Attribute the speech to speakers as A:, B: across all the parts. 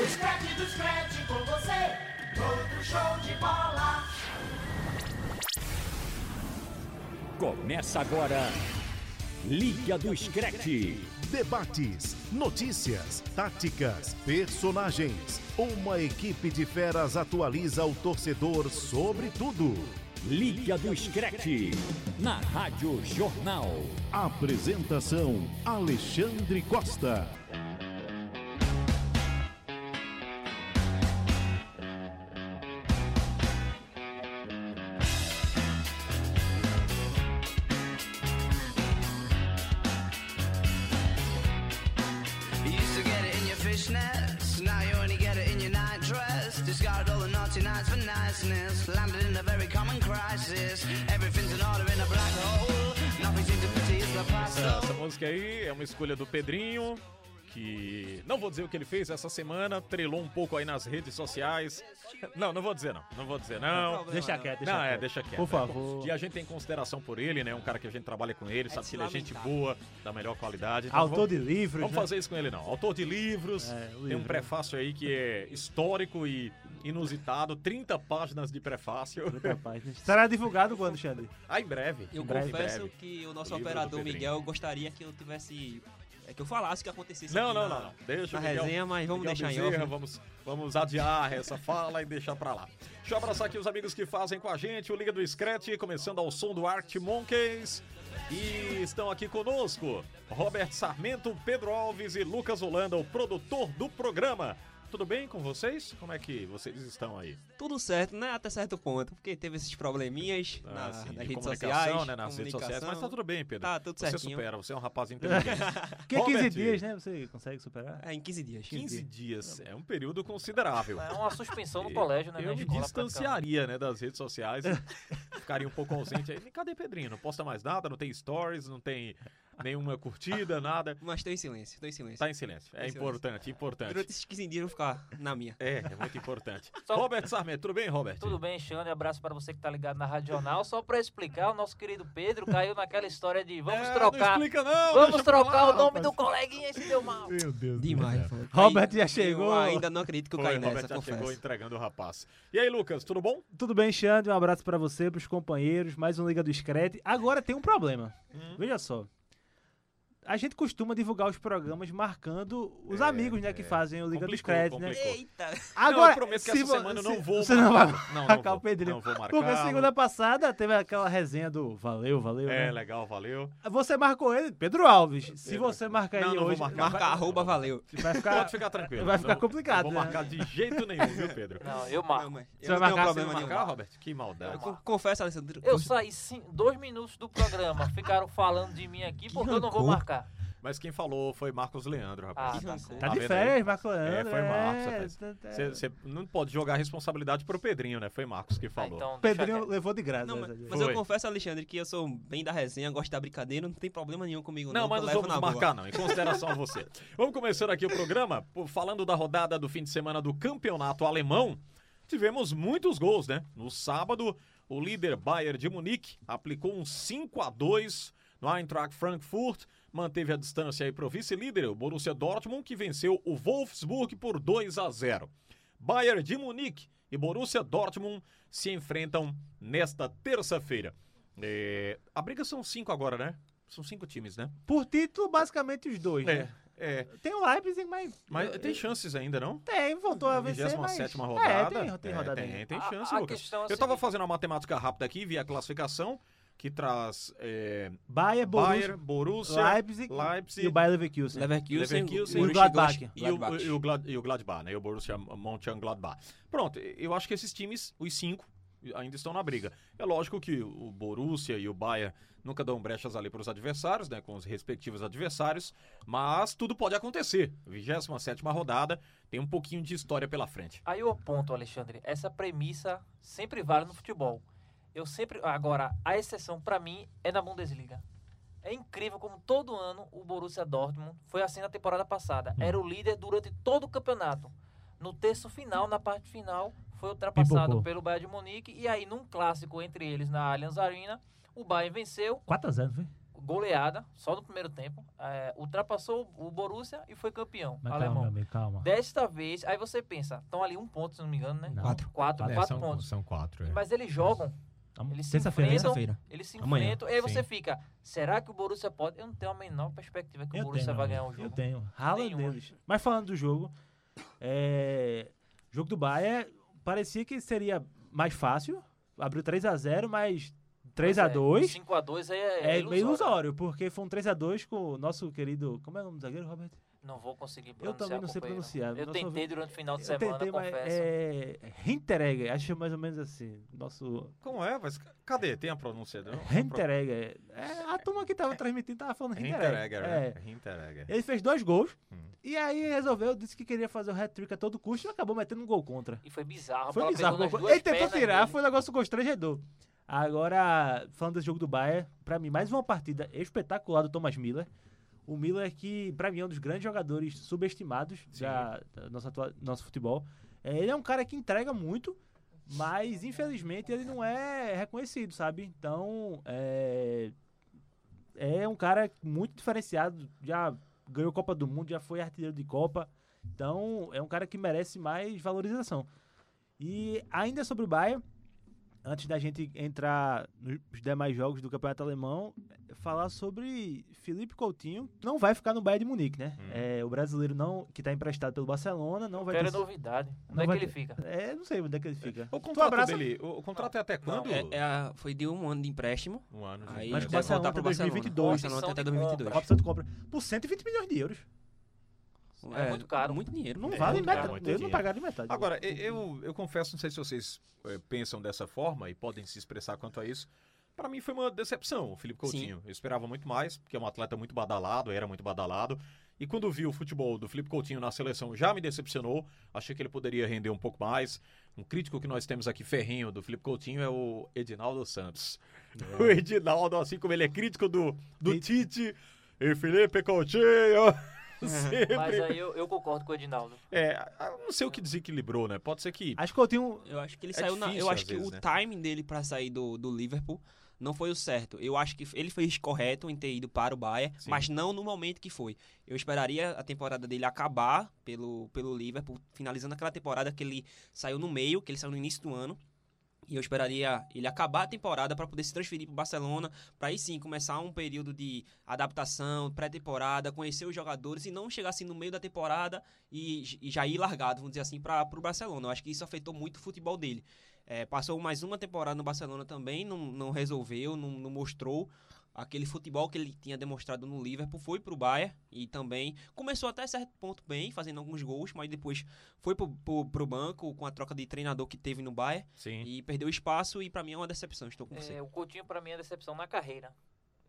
A: O Scratch do Scratch com você, outro show de bola.
B: Começa agora. Liga do Screte.
C: Debates, notícias, táticas, personagens. Uma equipe de feras atualiza o torcedor sobre tudo.
B: Liga do Screte. Na Rádio Jornal.
C: Apresentação: Alexandre Costa.
D: You used to get it in your fishnets, now you only get it in your nightdress. Discarded all the naughty nights for niceness, landed in a very common crisis. Everything's in order in a black hole, nothing seems to pity it's the past.
E: Essa, essa
D: though.
E: música aí é uma escolha do Pedrinho, que não vou dizer o que ele fez essa semana, trelou um pouco aí nas redes sociais. Não, não vou dizer não, não vou dizer não.
F: Deixa quieto, deixa
E: não,
F: quieto.
E: é, deixa quieto.
F: Por favor.
E: E a gente tem consideração por ele, né? Um cara que a gente trabalha com ele, sabe que ele é gente boa, da melhor qualidade. Então
F: Autor
E: vamos-
F: de livros,
E: Vamos
F: né?
E: fazer isso com ele, não. Autor de livros,
F: É, o
E: tem
F: livro,
E: um
F: né?
E: prefácio aí que é histórico e inusitado, 30 páginas de prefácio.
F: Rapaz, né? Será divulgado quando, Xande?
E: ah, em breve.
G: Eu
E: em breve, em
G: confesso
E: breve.
G: que o nosso
E: O livro do
G: operador
E: Pedrinho.
G: Miguel gostaria que eu tivesse. É que eu falasse o que acontecesse.
E: Não,
G: aqui
E: não,
G: na-
E: não, não. Deixa o
G: tá na
E: Miguel-
G: resenha, mas vamos
E: Miguel
G: deixar em
E: Bezerra,
G: off, né?
E: Vamos, vamos adiar essa fala e deixar pra lá. Deixa eu abraçar aqui os amigos que fazem com a gente, o Liga do Scratch, começando ao som do Art Monkeys. E estão aqui conosco Robert Sarmento, Pedro Alves e Lucas Holanda, o produtor do programa. Tudo bem com vocês? Como é que vocês estão aí?
G: Tudo certo, né? Até certo ponto. Porque teve esses probleminhas
E: Ah,
G: na-
E: assim,
G: nas
E: de
G: redes
E: comunicação,
G: sociais.
E: né, nas redes sociais, mas tá
G: comunicação.
E: tudo bem, Pedro.
G: Tá tudo
E: você
G: certinho.
E: supera, você é um rapaz inteligente.
F: Que é 15
E: Robert,
F: dias, né? Você consegue superar?
G: É, em 15 dias.
E: 15 dias é um período considerável.
H: É uma suspensão no colégio, né? na
E: Eu me
H: escola,
E: distanciaria, né, das redes sociais. Ficaria um pouco ausente. Aí, cadê Pedrinho? Não posta mais nada, não tem stories, não tem nenhuma curtida, nada.
G: Mas tô em silêncio, tô em silêncio.
E: Tá em silêncio. É
G: Em silêncio.
E: importante, importante.
G: Durante esses 15 dias eu vou ficar na minha.
E: É, é muito importante.
H: Só-
E: Robert Sarmento, tudo bem, Robert?
H: Tudo bem, Xande? Abraço para você que tá ligado na Rádio Jornal. Só para explicar, o nosso querido Pedro caiu naquela história de vamos
E: É,
H: trocar.
E: Não explica, não!
H: Vamos
E: deixa pra
H: trocar
E: lá,
H: o nome
E: rapaz.
H: do coleguinha e se deu mal.
G: Demais, pô.
F: Robert
G: Aí,
F: já chegou.
G: Eu ainda não acredito que eu
E: Foi,
G: caí
E: Robert
G: nessa,
E: já chegou
G: confesso.
E: entregando o rapaz. E aí, Lucas, tudo bom?
F: Tudo bem, Xande? Um abraço pra você, pros companheiros. Mais um Liga do Screte. Agora tem um problema.
E: Hum?
F: Veja só. A gente costuma divulgar os programas marcando os amigos, né, que fazem o Liga do
E: É, Complicou,
F: Screte, né?
E: complicou.
H: É
G: Eita!
E: não,
F: Agora,
E: eu prometo que
F: se
E: essa
F: vo-
E: semana eu
F: se-
E: não vou
F: Você não vai
E: Não, não
F: marcar
E: vou.
F: o Pedrinho.
E: Não vou marcar.
F: Porque segunda passada teve aquela resenha do valeu, valeu.
E: É,
F: né?
E: legal, valeu.
F: Você marcou ele, Pedro Alves. se
E: Pedro.
F: você marcar
E: Não,
F: ele
E: não vou
F: hoje,
E: marcar.
G: Marca
E: Vai-
G: arroba, valeu.
F: Tipo, vai ficar
E: Pode ficar tranquilo.
F: vai ficar
E: Não-
F: complicado,
E: Não vou
F: né?
E: marcar de jeito nenhum, viu, Pedro?
H: Não, eu marco.
G: Não, mas
F: Você vai marcar, assim,
G: eu não tenho
F: você
G: problema
F: vai
E: Marcar,
G: nenhum.
E: Roberto? Que maldade.
G: Eu co- confesso, Alessandro.
H: Eu saí cin- dois minutos do programa, ficaram falando de mim aqui, porque eu não vou
G: rancor.
H: marcar.
E: Mas quem falou foi Marcos
H: Ah,
E: Leandro,
H: É,
E: rapaz.
H: tá certo.
F: Tá
E: Tá
F: de
E: vendo aí?
F: férias, Marco
E: É,
F: Leandro.
E: foi Marcos, rapaz.
F: tá- tá-
E: Você não pode jogar a responsabilidade pro Pedrinho, né? Foi Marcos que
H: Ah,
E: falou.
H: então, deixa
F: Pedrinho
H: quieto.
F: levou de graça. né,
G: Não,
F: essa
G: mas,
F: de-
G: mas eu
E: Foi.
G: confesso, Alexandre, que eu sou bem da resenha, gosto da brincadeira, não tem problema nenhum comigo. Não,
E: Não, mas
G: eu
E: não
G: levo
E: vamos
G: na boa.
E: marcar, não, em consideração a você. Vamos começando aqui o programa pô, falando da rodada do fim de semana do campeonato alemão. Tivemos muitos gols, né? No sábado, o líder Bayern de Munique aplicou um 5 a 2 no Eintracht Frankfurt, manteve a distância aí para o vice-líder, o Borussia Dortmund, que venceu o Wolfsburg por 2 a 0. Bayern de Munique e Borussia Dortmund se enfrentam nesta terça-feira. É, a briga são cinco agora, né? São cinco times, né?
F: Por título, basicamente os dois,
E: É,
F: né?
E: é.
F: Tem o Leipzig, mas.
E: Mas tem chances ainda, não?
F: Tem, voltou a vencer.
E: 27
F: mas...
E: rodada.
F: É, tem, tem
E: É,
F: rodada
E: Tem,
F: ainda.
E: tem
H: A-
E: chance,
H: a
E: Lucas.
H: questão é a
E: Eu tava
H: seguinte.
E: fazendo uma matemática rápida aqui, vi a classificação, que traz é,
F: Bayer, Borussia,
E: Bayern, Borussia,
F: Leipzig,
E: Leipzig
F: e o Bayer Leverkusen.
G: Leverkusen,
E: Leverkusen
F: e o Gladbach.
E: e o, e, o Glad, e o Gladbach, né? E o Borussia Mönchengladbach. Pronto, eu acho que esses times, os cinco, ainda estão na briga. É lógico que o Borussia e o Bayern nunca dão brechas ali para os adversários, né? Com os respectivos adversários, mas tudo pode acontecer. 27ª rodada, tem um pouquinho de história pela frente.
H: Aí o ponto, Alexandre, essa premissa sempre vale no futebol. Eu sempre, agora, a exceção pra mim é na Bundesliga. É incrível como todo ano o Borussia Dortmund foi assim na temporada passada.
F: Hum.
H: Era o líder durante todo o campeonato. No terço final, na parte final, foi ultrapassado
F: Pipocou.
H: pelo Bayern de Munique e aí num clássico entre eles na Allianz Arena, o Bayern venceu
F: 4 a 0 foi?
I: goleada, só no primeiro tempo. é, ultrapassou o Borussia e foi campeão
F: Mas calma,
I: alemão.
F: meu amigo, calma.
I: Desta vez, aí você pensa, estão ali um ponto, se não me engano, né?
F: Não.
G: Quatro.
I: Quatro,
J: É,
I: quatro
J: são,
I: pontos.
J: são quatro. É.
I: Mas eles jogam, eles se
F: Terça-feira, né?
I: enfrentam,
G: Terça-feira.
I: eles se
G: Amanhã,
I: enfrentam, e aí você
J: sim.
I: fica, será que o Borussia pode? Eu não tenho a menor perspectiva que o
F: Eu
I: Borussia
F: tenho,
I: vai
F: meu
I: ganhar o
F: amigo,
I: jogo.
F: Eu tenho. Rala
I: Nenhuma.
F: deles. Mas falando do jogo, é... o jogo do Bahia parecia que seria mais fácil. Abriu 3x0, mas
I: Pois é,
F: 3x2
I: 5x2 é,
F: é,
I: é,
F: meio
I: ilusório.
F: ilusório, porque foi um 3x2 com o nosso querido. Como é o nome do zagueiro, Robert?
I: Não vou conseguir
F: também
I: pronunciar.
F: não sei
I: companheiro.
F: pronunciar,
I: Eu
F: não sou-
I: tentei durante o final de
F: Eu
I: semana,
F: tentei, mas
I: confesso.
F: é. Hinteregger, acho mais ou menos assim. Nosso
E: Como é? Mas cadê? Tem a pronúncia? Não?
F: Hinteregger. É, a turma que tava transmitindo tava falando Hinteregger.
E: Hinteregger.
F: É.
E: né? Hinteregger.
F: Ele fez dois gols e aí resolveu, disse que queria fazer o hat-trick a todo custo e acabou metendo um gol contra.
I: E foi bizarro. a
F: Foi
I: bola
F: bizarro.
I: pegou nas
F: gol contra.
I: duas
F: Ele tentou
I: pernas
F: tirar,
I: dele.
F: foi um negócio constrangedor. Agora, falando desse jogo do Bayern, pra mim, mais uma partida espetacular do Thomas Miller. O Miller que, pra mim, é um dos grandes jogadores subestimados da, da nossa atua- nosso futebol. É, ele é um cara que entrega muito, mas, infelizmente, ele não é reconhecido, sabe? Então, é, é um cara muito diferenciado. Já ganhou Copa do Mundo, já foi artilheiro de Copa. Então, é um cara que merece mais valorização. E ainda sobre o Bayern, antes da gente entrar nos demais jogos do Campeonato Alemão, falar sobre Felipe Coutinho, que não vai ficar no Bayern de Munique, né? É, o brasileiro não que está emprestado pelo Barcelona, não vai
I: Quero
F: ter...
I: novidade. Onde
F: Não
I: é que
F: vai
I: ele
F: ter-
I: fica?
F: É, não sei onde é que ele fica.
E: O
F: Tu
E: contrato
F: abraça-
E: dele, o, o contrato é até quando?
G: É, é a- foi de um ano de empréstimo.
E: Um ano.
G: Aí
F: Mas
G: mas
F: com
G: deve
F: Barcelona
G: voltar pro
F: até
G: Barcelona.
F: 2022.
G: Barcelona tem até
I: Opção de
G: 2022.
I: compra.
F: Opção de compra. Por 120 milhões de euros.
I: É muito caro.
G: Muito dinheiro.
F: Não
G: É,
F: vale
E: muito
F: metade.
E: caro, muito
F: eles não
E: dinheiro.
F: pagaram nem metade.
E: Agora, e- eu, eu confesso, não sei se vocês eh, pensam dessa forma e podem se expressar quanto a isso. Pra mim foi uma decepção o Felipe Coutinho. Eu esperava muito mais, porque é um atleta muito badalado, era muito badalado. E quando vi o futebol do Felipe Coutinho na seleção, já me decepcionou. Achei que ele poderia render um pouco mais. Um crítico que nós temos aqui ferrinho do Felipe Coutinho é o Edinaldo Santos. O Edinaldo, assim como ele é crítico do, do
F: E-
E: Tite e Felipe Coutinho. sempre.
I: Mas aí eu, eu concordo com o Edinaldo.
E: É, eu não sei o que desequilibrou, né? Pode ser que
F: Acho que eu tenho.
G: Eu acho que ele saiu na.
E: É difícil,
G: Eu acho
E: às
G: que
E: vezes,
G: o
E: né?
G: timing dele pra sair do, do Liverpool não foi o certo. Eu acho que ele fez correto em ter ido para o Bayern, mas não no momento que foi. Eu esperaria a temporada dele acabar pelo, pelo Liverpool, finalizando aquela temporada que ele saiu no meio, que ele saiu no início do ano. E eu esperaria ele acabar a temporada para poder se transferir para o Barcelona, para aí sim começar um período de adaptação, pré-temporada, conhecer os jogadores e não chegar assim no meio da temporada e, j- e já ir largado, vamos dizer assim, para o Barcelona. Eu acho que isso afetou muito o futebol dele. É, passou mais uma temporada no Barcelona também, não, não resolveu, não, não mostrou. Aquele futebol que ele tinha demonstrado no Liverpool foi pro Bayern e também começou até certo ponto bem, fazendo alguns gols, mas depois foi pro, pro, pro banco com a troca de treinador que teve no Bayern.
E: Sim.
G: E perdeu espaço e pra mim é uma decepção, estou com você.
I: É, o Coutinho, pra mim, é decepção na carreira.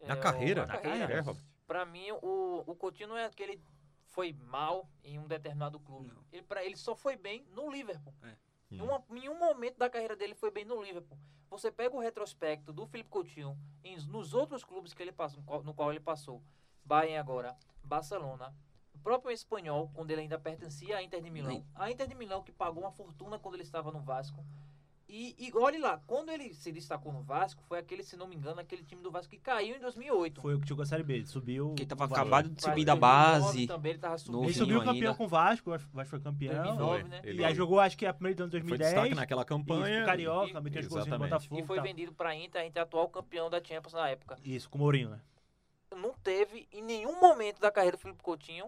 E: Na
I: É, o-
E: carreira?
I: Na carreira.
E: É, Robert.
I: Pra mim, o, o Coutinho não é aquele foi mal em um determinado clube.
G: Não.
I: Ele, pra, ele só foi bem no Liverpool.
G: É.
I: Em, uma- em um momento da carreira dele foi bem no Liverpool. Você pega o retrospecto do Felipe Coutinho em- nos outros clubes que ele passou, no qual, no qual ele passou. Bayern agora, Barcelona, o próprio espanhol, quando ele ainda pertencia à Inter de Milão. A Inter de Milão que pagou uma fortuna quando ele estava no Vasco. E, e olhe lá, quando ele se destacou no Vasco, foi aquele, se não me engano, aquele time do Vasco que caiu em 2008.
F: Foi o que jogou a Série B. Ele subiu.
G: Porque tava
F: valeu.
G: acabado de subir
I: Vasco
G: da
I: 2009
G: base.
I: Também ele tava subindo.
G: Novinho
F: Ele subiu
G: ainda.
F: campeão com o Vasco, o Vasco foi campeão.
I: 2009,
E: Foi,
I: né?
E: ele-
F: E aí jogou, acho que a primeira do ano de
E: Foi
F: 2010.
E: destaque naquela
F: Isso,
E: campanha.
F: pro Carioca, meteu os
E: Exatamente.
F: golzinhos no Botafogo.
I: E foi
F: tá.
I: vendido pra Inter, a Inter é atual campeão da Champions na época.
F: Isso, com o Mourinho, né?
I: Não teve em nenhum momento da carreira do Felipe Coutinho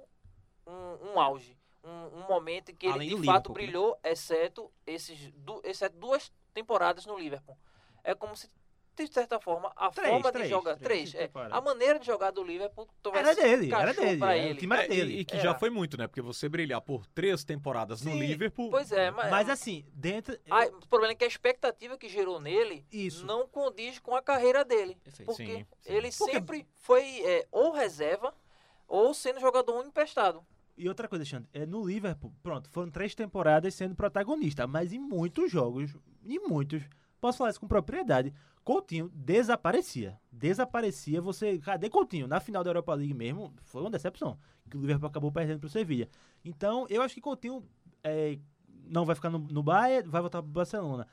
I: um, um auge. Um, um momento em que ele
G: Além
I: de
G: do
I: fato
G: Liverpool, né?
I: brilhou, exceto, esses, du- exceto duas temporadas no Liverpool. É como se, de certa forma, a
F: Três,
I: forma
F: três,
I: de jogar.
F: três,
I: Três.
F: cinco
I: é,
F: temporadas.
I: a maneira de jogar do Liverpool talvez
F: Era dele, era
I: encaixou
F: dele.
I: pra
F: é, O
I: ele.
F: time era
E: É,
F: dele.
E: E, e que
I: Era.
E: já foi muito, né? Porque você brilhar por três temporadas no
F: Sim,
E: Liverpool.
I: Pois é, mas,
F: Mas assim, dentro.
I: Ah, o problema é que a expectativa que gerou nele
F: Isso.
I: não condiz com a carreira dele.
G: Perfeito.
I: Porque
E: Sim, sim.
I: ele
F: Porque-
I: sempre foi é, ou reserva ou sendo jogador emprestado.
F: E outra coisa, Alexandre, é no Liverpool, pronto, foram três temporadas sendo protagonista, mas em muitos jogos, em muitos, posso falar isso com propriedade, Coutinho desaparecia. Desaparecia, você. Cadê Coutinho? Na final da Europa League mesmo, foi uma decepção. Que o Liverpool acabou perdendo pro Sevilha. Então, eu acho que Coutinho é, não vai ficar no, no Bayern, vai voltar pro Barcelona.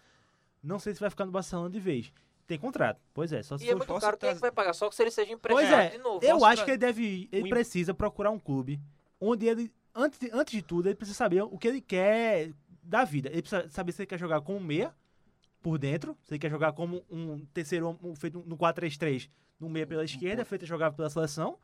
F: Não sei se vai ficar no Barcelona de vez. Tem- Tem contrato. Pois é, só se
I: E é
F: for
I: muito
G: posso
I: caro, quem é que
G: trazer-
I: vai pagar? Só que se ele seja
F: Pois
I: emprestado
F: é,
I: de novo.
F: eu
I: Posso
F: acho
I: tra-
F: que ele deve, ele
G: Um-
F: precisa procurar um clube onde ele, antes de, antes de tudo, ele precisa saber o que ele quer da vida. Ele precisa saber se ele quer jogar como meia por dentro, se ele quer jogar como um terceiro homem, um feito no 4-3-3, no meia pela esquerda, feito jogava pela seleção.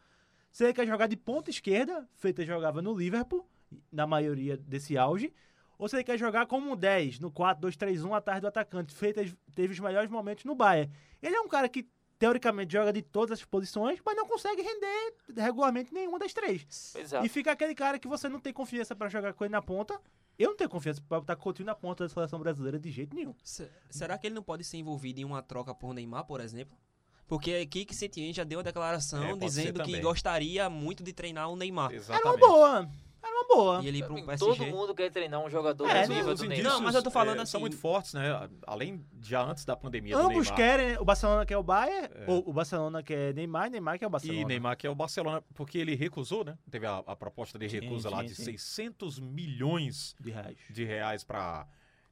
F: Se ele quer jogar de ponta esquerda, feito jogava no Liverpool, na maioria desse auge. Ou se ele quer jogar como um 10, no 4-2-3-1, atrás um, do atacante. Freitas teve os melhores momentos no Bayern. Ele é um cara que, teoricamente, joga de todas as posições, mas não consegue render regularmente nenhuma das três.
I: Exato.
F: E fica aquele cara que você não tem confiança pra jogar com ele na ponta. Eu não tenho confiança pra botar Coutinho na ponta da seleção brasileira de jeito nenhum.
G: Se- Será que ele não pode ser envolvido em uma troca por Neymar, por exemplo? Porque aqui que Setien já deu a declaração
E: É, pode ser
G: dizendo que
E: também.
G: gostaria muito de treinar o Neymar.
E: Exatamente.
F: é. Era uma boa. Era uma boa.
G: E ele ir para um
I: Todo
G: PSG.
I: mundo quer treinar um jogador
F: É,
I: do
E: Mas
F: não,
I: nível
E: os
I: do
E: indícios,
I: Neymar.
G: Não, mas eu tô falando
E: eh, São
G: assim-
E: muito fortes, né? Além de antes da pandemia do
F: Ambos
E: Neymar. É.
F: querem, o Barcelona quer o Bayern, ou o Barcelona quer Neymar, Neymar quer o Barcelona.
E: E Neymar que é o Barcelona, porque ele recusou, né? Teve a, a proposta de
F: Sim,
E: recusa lá
F: sim,
E: de
F: sim.
E: 600 milhões
F: de reais.
E: de reais para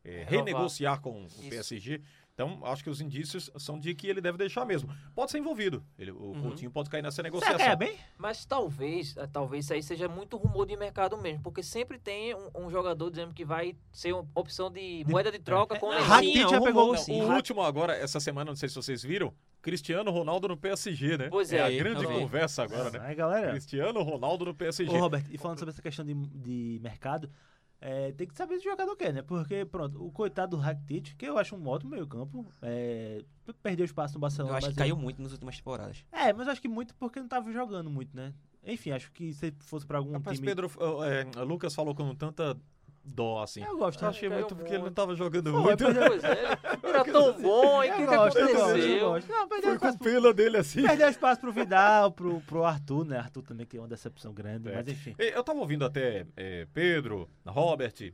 I: Renovar.
E: renegociar com o
G: Isso.
E: PSG. Então, acho que os indícios são de que ele deve deixar mesmo. Pode ser envolvido. Ele- o Coutinho pode cair nessa
F: Será
E: negociação.
F: que é bem?
I: Mas talvez, ah, talvez isso aí seja muito rumor de mercado mesmo, porque sempre tem um, um jogador dizendo que vai ser uma opção de moeda de troca com o
G: Não, sim,
I: Neymar.
F: Ah,
E: né?
F: Rakitic
G: é um
F: já
G: rumor,
F: pegou-
G: sim.
E: O último agora, essa semana, não sei se vocês viram, Cristiano Ronaldo no PSG, né?
I: Pois então,
E: é a
G: é,
E: grande
G: eu vi.
E: conversa agora, né?
F: Aí, galera.
E: Cristiano Ronaldo no PSG.
F: É, Ô, Robert, e falando sobre essa questão de, de mercado, é, tem que saber se o jogador quer, né? Porque, pronto, o coitado do Rakitic, que eu acho um ótimo meio campo, é, p- perdeu espaço no Barcelona.
G: Eu acho que
F: mas
G: caiu muito nas últimas temporadas.
F: É, mas eu acho que muito porque não tava jogando muito, né? Enfim, acho que se fosse pra algum
E: Rapaz,
F: um time...
E: Pedro, eh, eh, Lucas falou com tanta dó, assim.
F: Eu gosto,
E: Eu
F: acho.
E: achei
I: Caiu
E: muito porque ele não
I: muito.
E: tava jogando
F: É, Pô,
E: muito.
F: eu perdi-
I: Pois é, ele era tão bom, e o que,
F: Eu
I: que
F: gosto, eu gosto, eu
I: aconteceu?
F: gosto. Não, perdeu
E: Foi com
F: espaço,
E: pena dele, assim.
F: perdeu espaço pro Vidal, pro, pro Arthur, né? Arthur também que é uma decepção grande,
E: É.
F: mas enfim.
E: E Eu tava ouvindo até eh, Pedro, Robert e,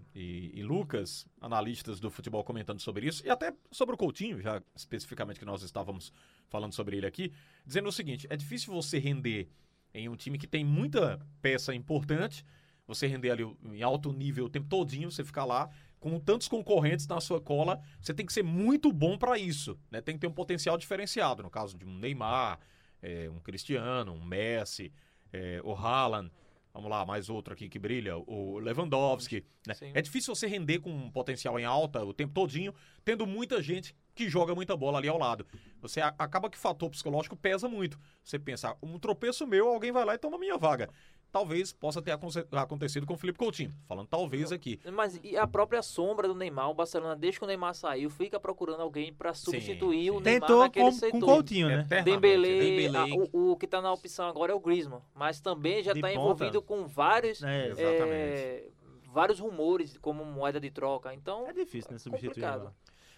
E: e Lucas, analistas do futebol, comentando sobre isso, e até sobre o Coutinho, já especificamente que nós estávamos falando sobre ele aqui, dizendo o seguinte: é difícil você render em um time que tem muita peça importante, você render ali o- em alto nível o tempo todinho, você ficar lá com tantos concorrentes na sua cola, você tem que ser muito bom pra isso, né? Tem que ter um potencial diferenciado, no caso de um Neymar, eh, um Cristiano, um Messi, eh, o Haaland, Vamos lá, mais outro aqui que brilha, o Lewandowski. né?
I: Sim.
E: É difícil você render com um potencial em alta o tempo todinho, tendo muita gente que joga muita bola ali ao lado. Você a- acaba que o fator psicológico pesa muito. Você pensa, um tropeço meu, alguém vai lá e toma minha vaga. Talvez possa ter aconse- acontecido com o Felipe Coutinho. Falando talvez aqui.
I: Mas e a própria sombra do Neymar, o Barcelona, desde que o Neymar saiu, fica procurando alguém pra substituir o
E: sim.
I: Neymar
F: Tentou
I: naquele
F: com, com
I: setor.
F: Coutinho, né?
E: Eternamente, né?
I: Dembele,
G: Dembélé.
I: a- o, o que tá na opção agora é o Griezmann, mas também já
F: De
I: tá
F: ponta.
I: envolvido com vários
F: É,
E: Exato. Exatamente.
I: é, vários rumores como moeda de troca. Então,
F: é difícil, né? Substituir.
I: Complicado.
F: agora.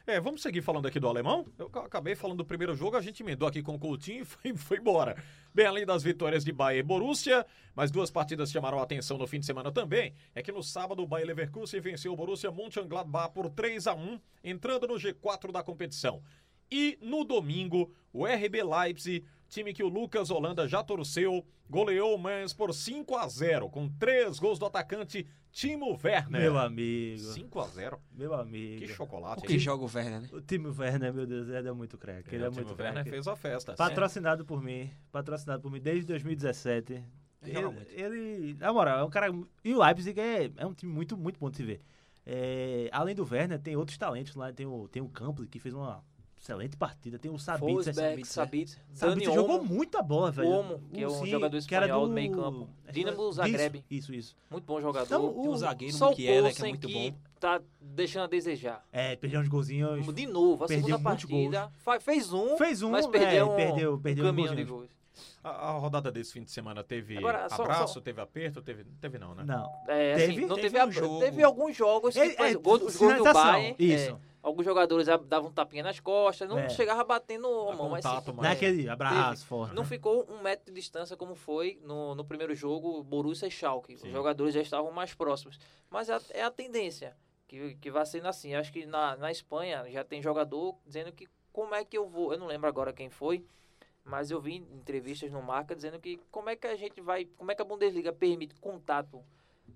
E: É, vamos seguir falando aqui do alemão. Eu ca- acabei falando do primeiro jogo, a gente emendou aqui com o Coutinho e foi, foi embora. Bem, além das vitórias de Bayern e Borussia, mas duas partidas chamaram a atenção no fim de semana também. É que no sábado o Bayern Leverkusen venceu o Borussia Mönchengladbach por 3 a 1, entrando no G4 da competição. E no domingo, o RB Leipzig, time que o Lucas Holanda já torceu, goleou o Mainz por 5 a 0, com três gols do atacante Timo Werner.
F: Meu amigo,
E: 5 a 0.
F: meu amigo.
E: Que chocolate,
G: Porque
E: hein?
G: joga o Werner, né?
F: O time Werner, meu Deus, ele é muito craque. Ele é,
E: o Timo
F: muito
E: Werner
F: craque.
E: fez um a festa. assim.
F: Patrocinado por mim. Patrocinado por mim desde 2017.
G: Ele joga
F: Ele, ele, na moral, é um cara. E o Leipzig é, é um time muito, muito bom de se ver. É, além do Werner, tem outros talentos lá. Tem o, tem o Campos, que fez uma excelente partida. Tem o Sabitzer.
I: Forsberg, Sabitz,
G: Sabitzer.
I: Dani
F: Sabitzer jogou
I: Olmo,
F: muita bola, velho.
I: Olmo, que é um jogador
F: era
I: espanhol do meio-campo.
F: acho que
I: Dinamo
F: era-
I: Zagreb.
F: Isso, isso. isso.
I: muito bom jogador.
F: Então, o-
G: Tem um zagueiro
I: Só o
G: Mukiele, que é
I: Poulsen
G: muito
I: que
G: bom.
I: tá deixando a desejar.
F: É, perdeu uns golzinhos.
I: De novo, a
F: Perdeu
I: segunda
F: muitos
I: partida fa- fez um,
F: Fez um,
I: mas
F: é,
I: perdeu, um
F: perdeu- perdeu
I: um caminho
F: uns
I: de
F: golzinhos.
I: gols.
E: A, a rodada desse fim de semana teve
I: Agora, só-
E: abraço,
I: só-
E: teve aperto, teve. Teve não, né?
F: Não.
I: É,
F: Teve?
I: assim, não
G: Teve
I: teve,
G: um
I: a-
G: jogo.
I: teve alguns jogos que
F: Ele-
I: depois,
F: é,
I: gol- os gols do
F: sinalização,
I: Bayern,
F: isso.
I: é, alguns jogadores a- davam um tapinha nas costas, não
F: É.
I: chegava batendo a mão, mas,
E: contato,
I: sim,
E: mas-
I: é,
F: Naquele abraço
I: Teve.
F: forte. né?
I: não ficou um metro de distância como foi no, no primeiro jogo Borussia e Schalke. Os jogadores já estavam mais próximos, mas é a, é a tendência que, que vai sendo assim. Acho que na, na Espanha já tem jogador dizendo que como é que eu vou, eu não lembro agora quem foi, mas eu vi entrevistas no Marca dizendo que como é que a gente vai, como é que a Bundesliga permite contato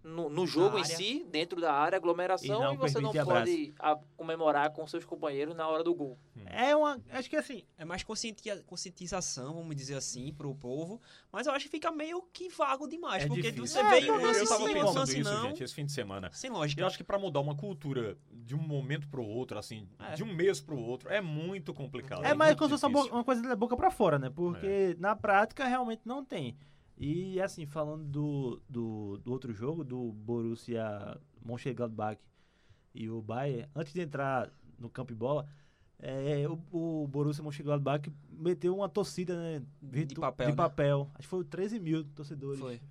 I: no, no jogo em
G: área.
I: si, dentro da área, aglomeração,
F: E não
I: e, você não
F: permite
I: pode a- comemorar com seus companheiros na hora do gol.
F: É uma. Acho que assim.
G: É mais conscientia- conscientização, vamos dizer assim, pro povo. Mas eu acho que fica meio que vago demais.
E: É
G: porque
E: difícil.
G: você
F: É,
G: vê
F: não,
G: um
E: Eu,
G: lance
E: eu tava
G: sim, um
E: pensando
G: lance
E: isso,
G: não.
E: gente, esse fim de semana.
G: Sem
E: Eu
G: lógica.
E: acho que pra mudar uma cultura de um momento pro outro, assim,
G: É.
E: de um mês pro outro, é muito complicado.
F: É mais
E: muito
F: como se fosse uma bo-
E: difícil. É.
F: uma coisa da boca pra fora, né? Porque na prática realmente não tem. E assim, falando do, do, do outro jogo, do Borussia Mönchengladbach e o Bayern, antes de entrar no campo e bola, é, o, o Borussia Mönchengladbach meteu uma torcida né, virtu-
G: De papel,
F: de
G: né?
F: papel. Acho que foi 13 mil torcedores.
G: Foi.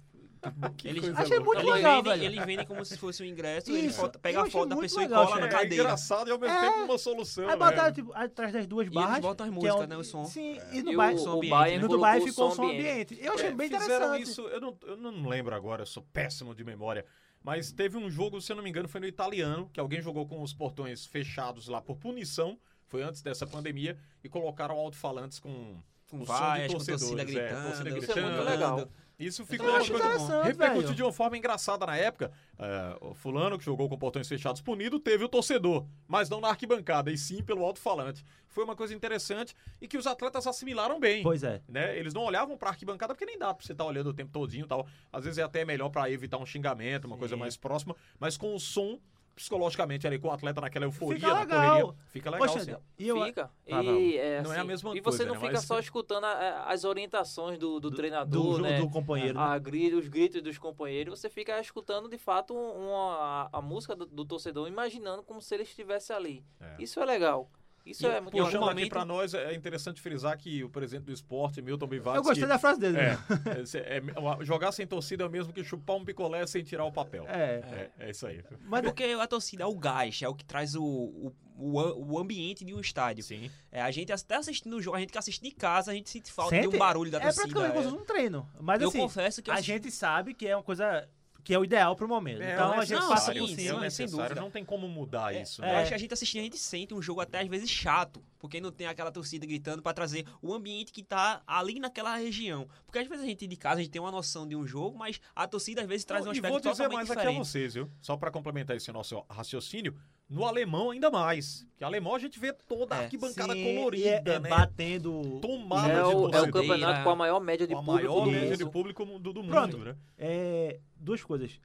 E: Que
G: Eles,
E: coisa
F: Achei
E: louca.
F: muito
G: eles
F: legal,
G: vendem,
F: velho.
G: Eles vendem como se fosse um ingresso, ele
F: Isso,
G: foto-
F: eu
G: pega a
F: achei
G: foto da
F: muito
G: pessoa
F: legal,
G: e cola na
F: achei.
E: É
G: cadeira.
E: engraçado e ao mesmo
F: É.
E: tempo uma solução.
F: Aí
E: né?
F: botaram tipo, atrás das duas
G: E
F: barras.
G: eles botam as
F: que é
G: músicas, né? O som.
F: Sim, e no
I: E
F: Bayern-
G: som
I: o, o
G: ambiente,
F: E
G: né?
F: no
I: Bayern
F: do
I: colocou
F: Dubai
I: o
F: ficou um
I: som
F: som
I: ambiente.
F: ambiente. Eu achei
E: É,
F: bem
E: fizeram
F: interessante.
E: isso, eu não, eu não lembro agora, eu sou péssimo de memória. Mas teve um jogo, se eu não me engano, foi no italiano, que alguém jogou com os portões fechados lá por punição, foi antes dessa pandemia, e colocaram alto-falantes com.
G: Com
E: O som de
G: vaias, com
E: torcedores,
G: torcida
E: é,
G: gritando.
E: torcida
G: gritando.
I: Isso é muito legal.
E: Isso
G: Eu
E: ficou
G: também
E: uma
G: acho
E: coisa.
G: muito bom.
F: é interessante,
E: Repercutiu
F: velho.
E: de um- uma forma engraçada na época. É, o fulano que jogou com portões fechados punido teve o torcedor, mas não na arquibancada, e sim pelo alto-falante. Foi uma coisa interessante e que os atletas assimilaram bem
F: Pois é.
E: né? Eles não olhavam pra arquibancada porque nem dá pra você estar olhando o tempo todinho e tal. Às vezes é até melhor pra evitar um xingamento, uma coisa mais próxima, mas com o som psicologicamente ali com o atleta naquela euforia,
F: Fica
E: na
F: legal.
E: correria, fica legal
F: Poxa,
E: sim.
F: e eu, Ah,
I: Fica.
E: Tá,
I: e, é
E: Não é a
I: assim,
E: mesma
I: e você
E: coisa,
I: não
E: né?
I: fica
E: Mas-
I: só escutando a- a- as orientações do, do
F: do,
I: treinador,
F: do,
I: né?
F: do companheiro.
G: Ah,
F: né?
I: a gri- os gritos dos companheiros, você fica escutando de fato um- uma- a, a música do, do torcedor, imaginando como se ele estivesse ali.
E: É.
I: Isso é legal. Isso
G: E
I: é
G: eu-
I: muito
G: eu
I: legal.
E: Puxando aqui
G: momento-
E: pra nós, é interessante frisar que o presidente do esporte, Milton Bivac,
F: eu gostei da frase dele.
E: É.
F: né?
E: jogar sem torcida é o mesmo que chupar um picolé sem tirar o papel.
F: É.
E: É, é isso aí.
F: Mas
G: Porque a torcida é o gás, é o que traz o, o, o, a- o ambiente de um estádio.
E: Sim.
G: É, a gente até assistindo o jogo, a gente que assiste de casa, a gente sente falta de
F: sente-
G: um barulho da
F: é
G: torcida.
F: praticamente como se fosse um treino. Mas
G: eu
F: assim,
G: confesso que eu
F: a gente sabe que é uma coisa que é o ideal pro momento.
E: É,
F: então
E: é
F: a gente
E: necessário,
F: passa
E: sim,
F: por
E: sim,
G: sem
E: é
F: cima. É,
E: necessário,
G: dúvida.
E: não tem como mudar isso,
G: Eu
E: né?
G: acho que a gente assistindo, a gente sente um jogo até às vezes chato, porque não tem aquela torcida gritando pra trazer o ambiente que tá ali naquela região. Porque às vezes a gente de casa, a gente tem uma noção de um jogo, mas a torcida às vezes traz um
E: e
G: aspecto
E: vou dizer
G: totalmente
E: mais aqui é a
G: diferente.
E: vocês, viu? Só pra complementar esse nosso raciocínio, no alemão ainda mais. Porque alemão a gente vê toda a
G: É.
E: arquibancada
F: Sim, e
E: colorida,
F: é, é
E: né?
F: batendo.
E: Tomada
I: é,
E: de
I: o, é o
E: torcedor.
I: campeonato com a maior média de
E: Com a
I: público
E: maior
I: do
E: média
I: mundo.
E: de público do, do mundo,
F: Pronto.
E: né?
F: É, duas coisas.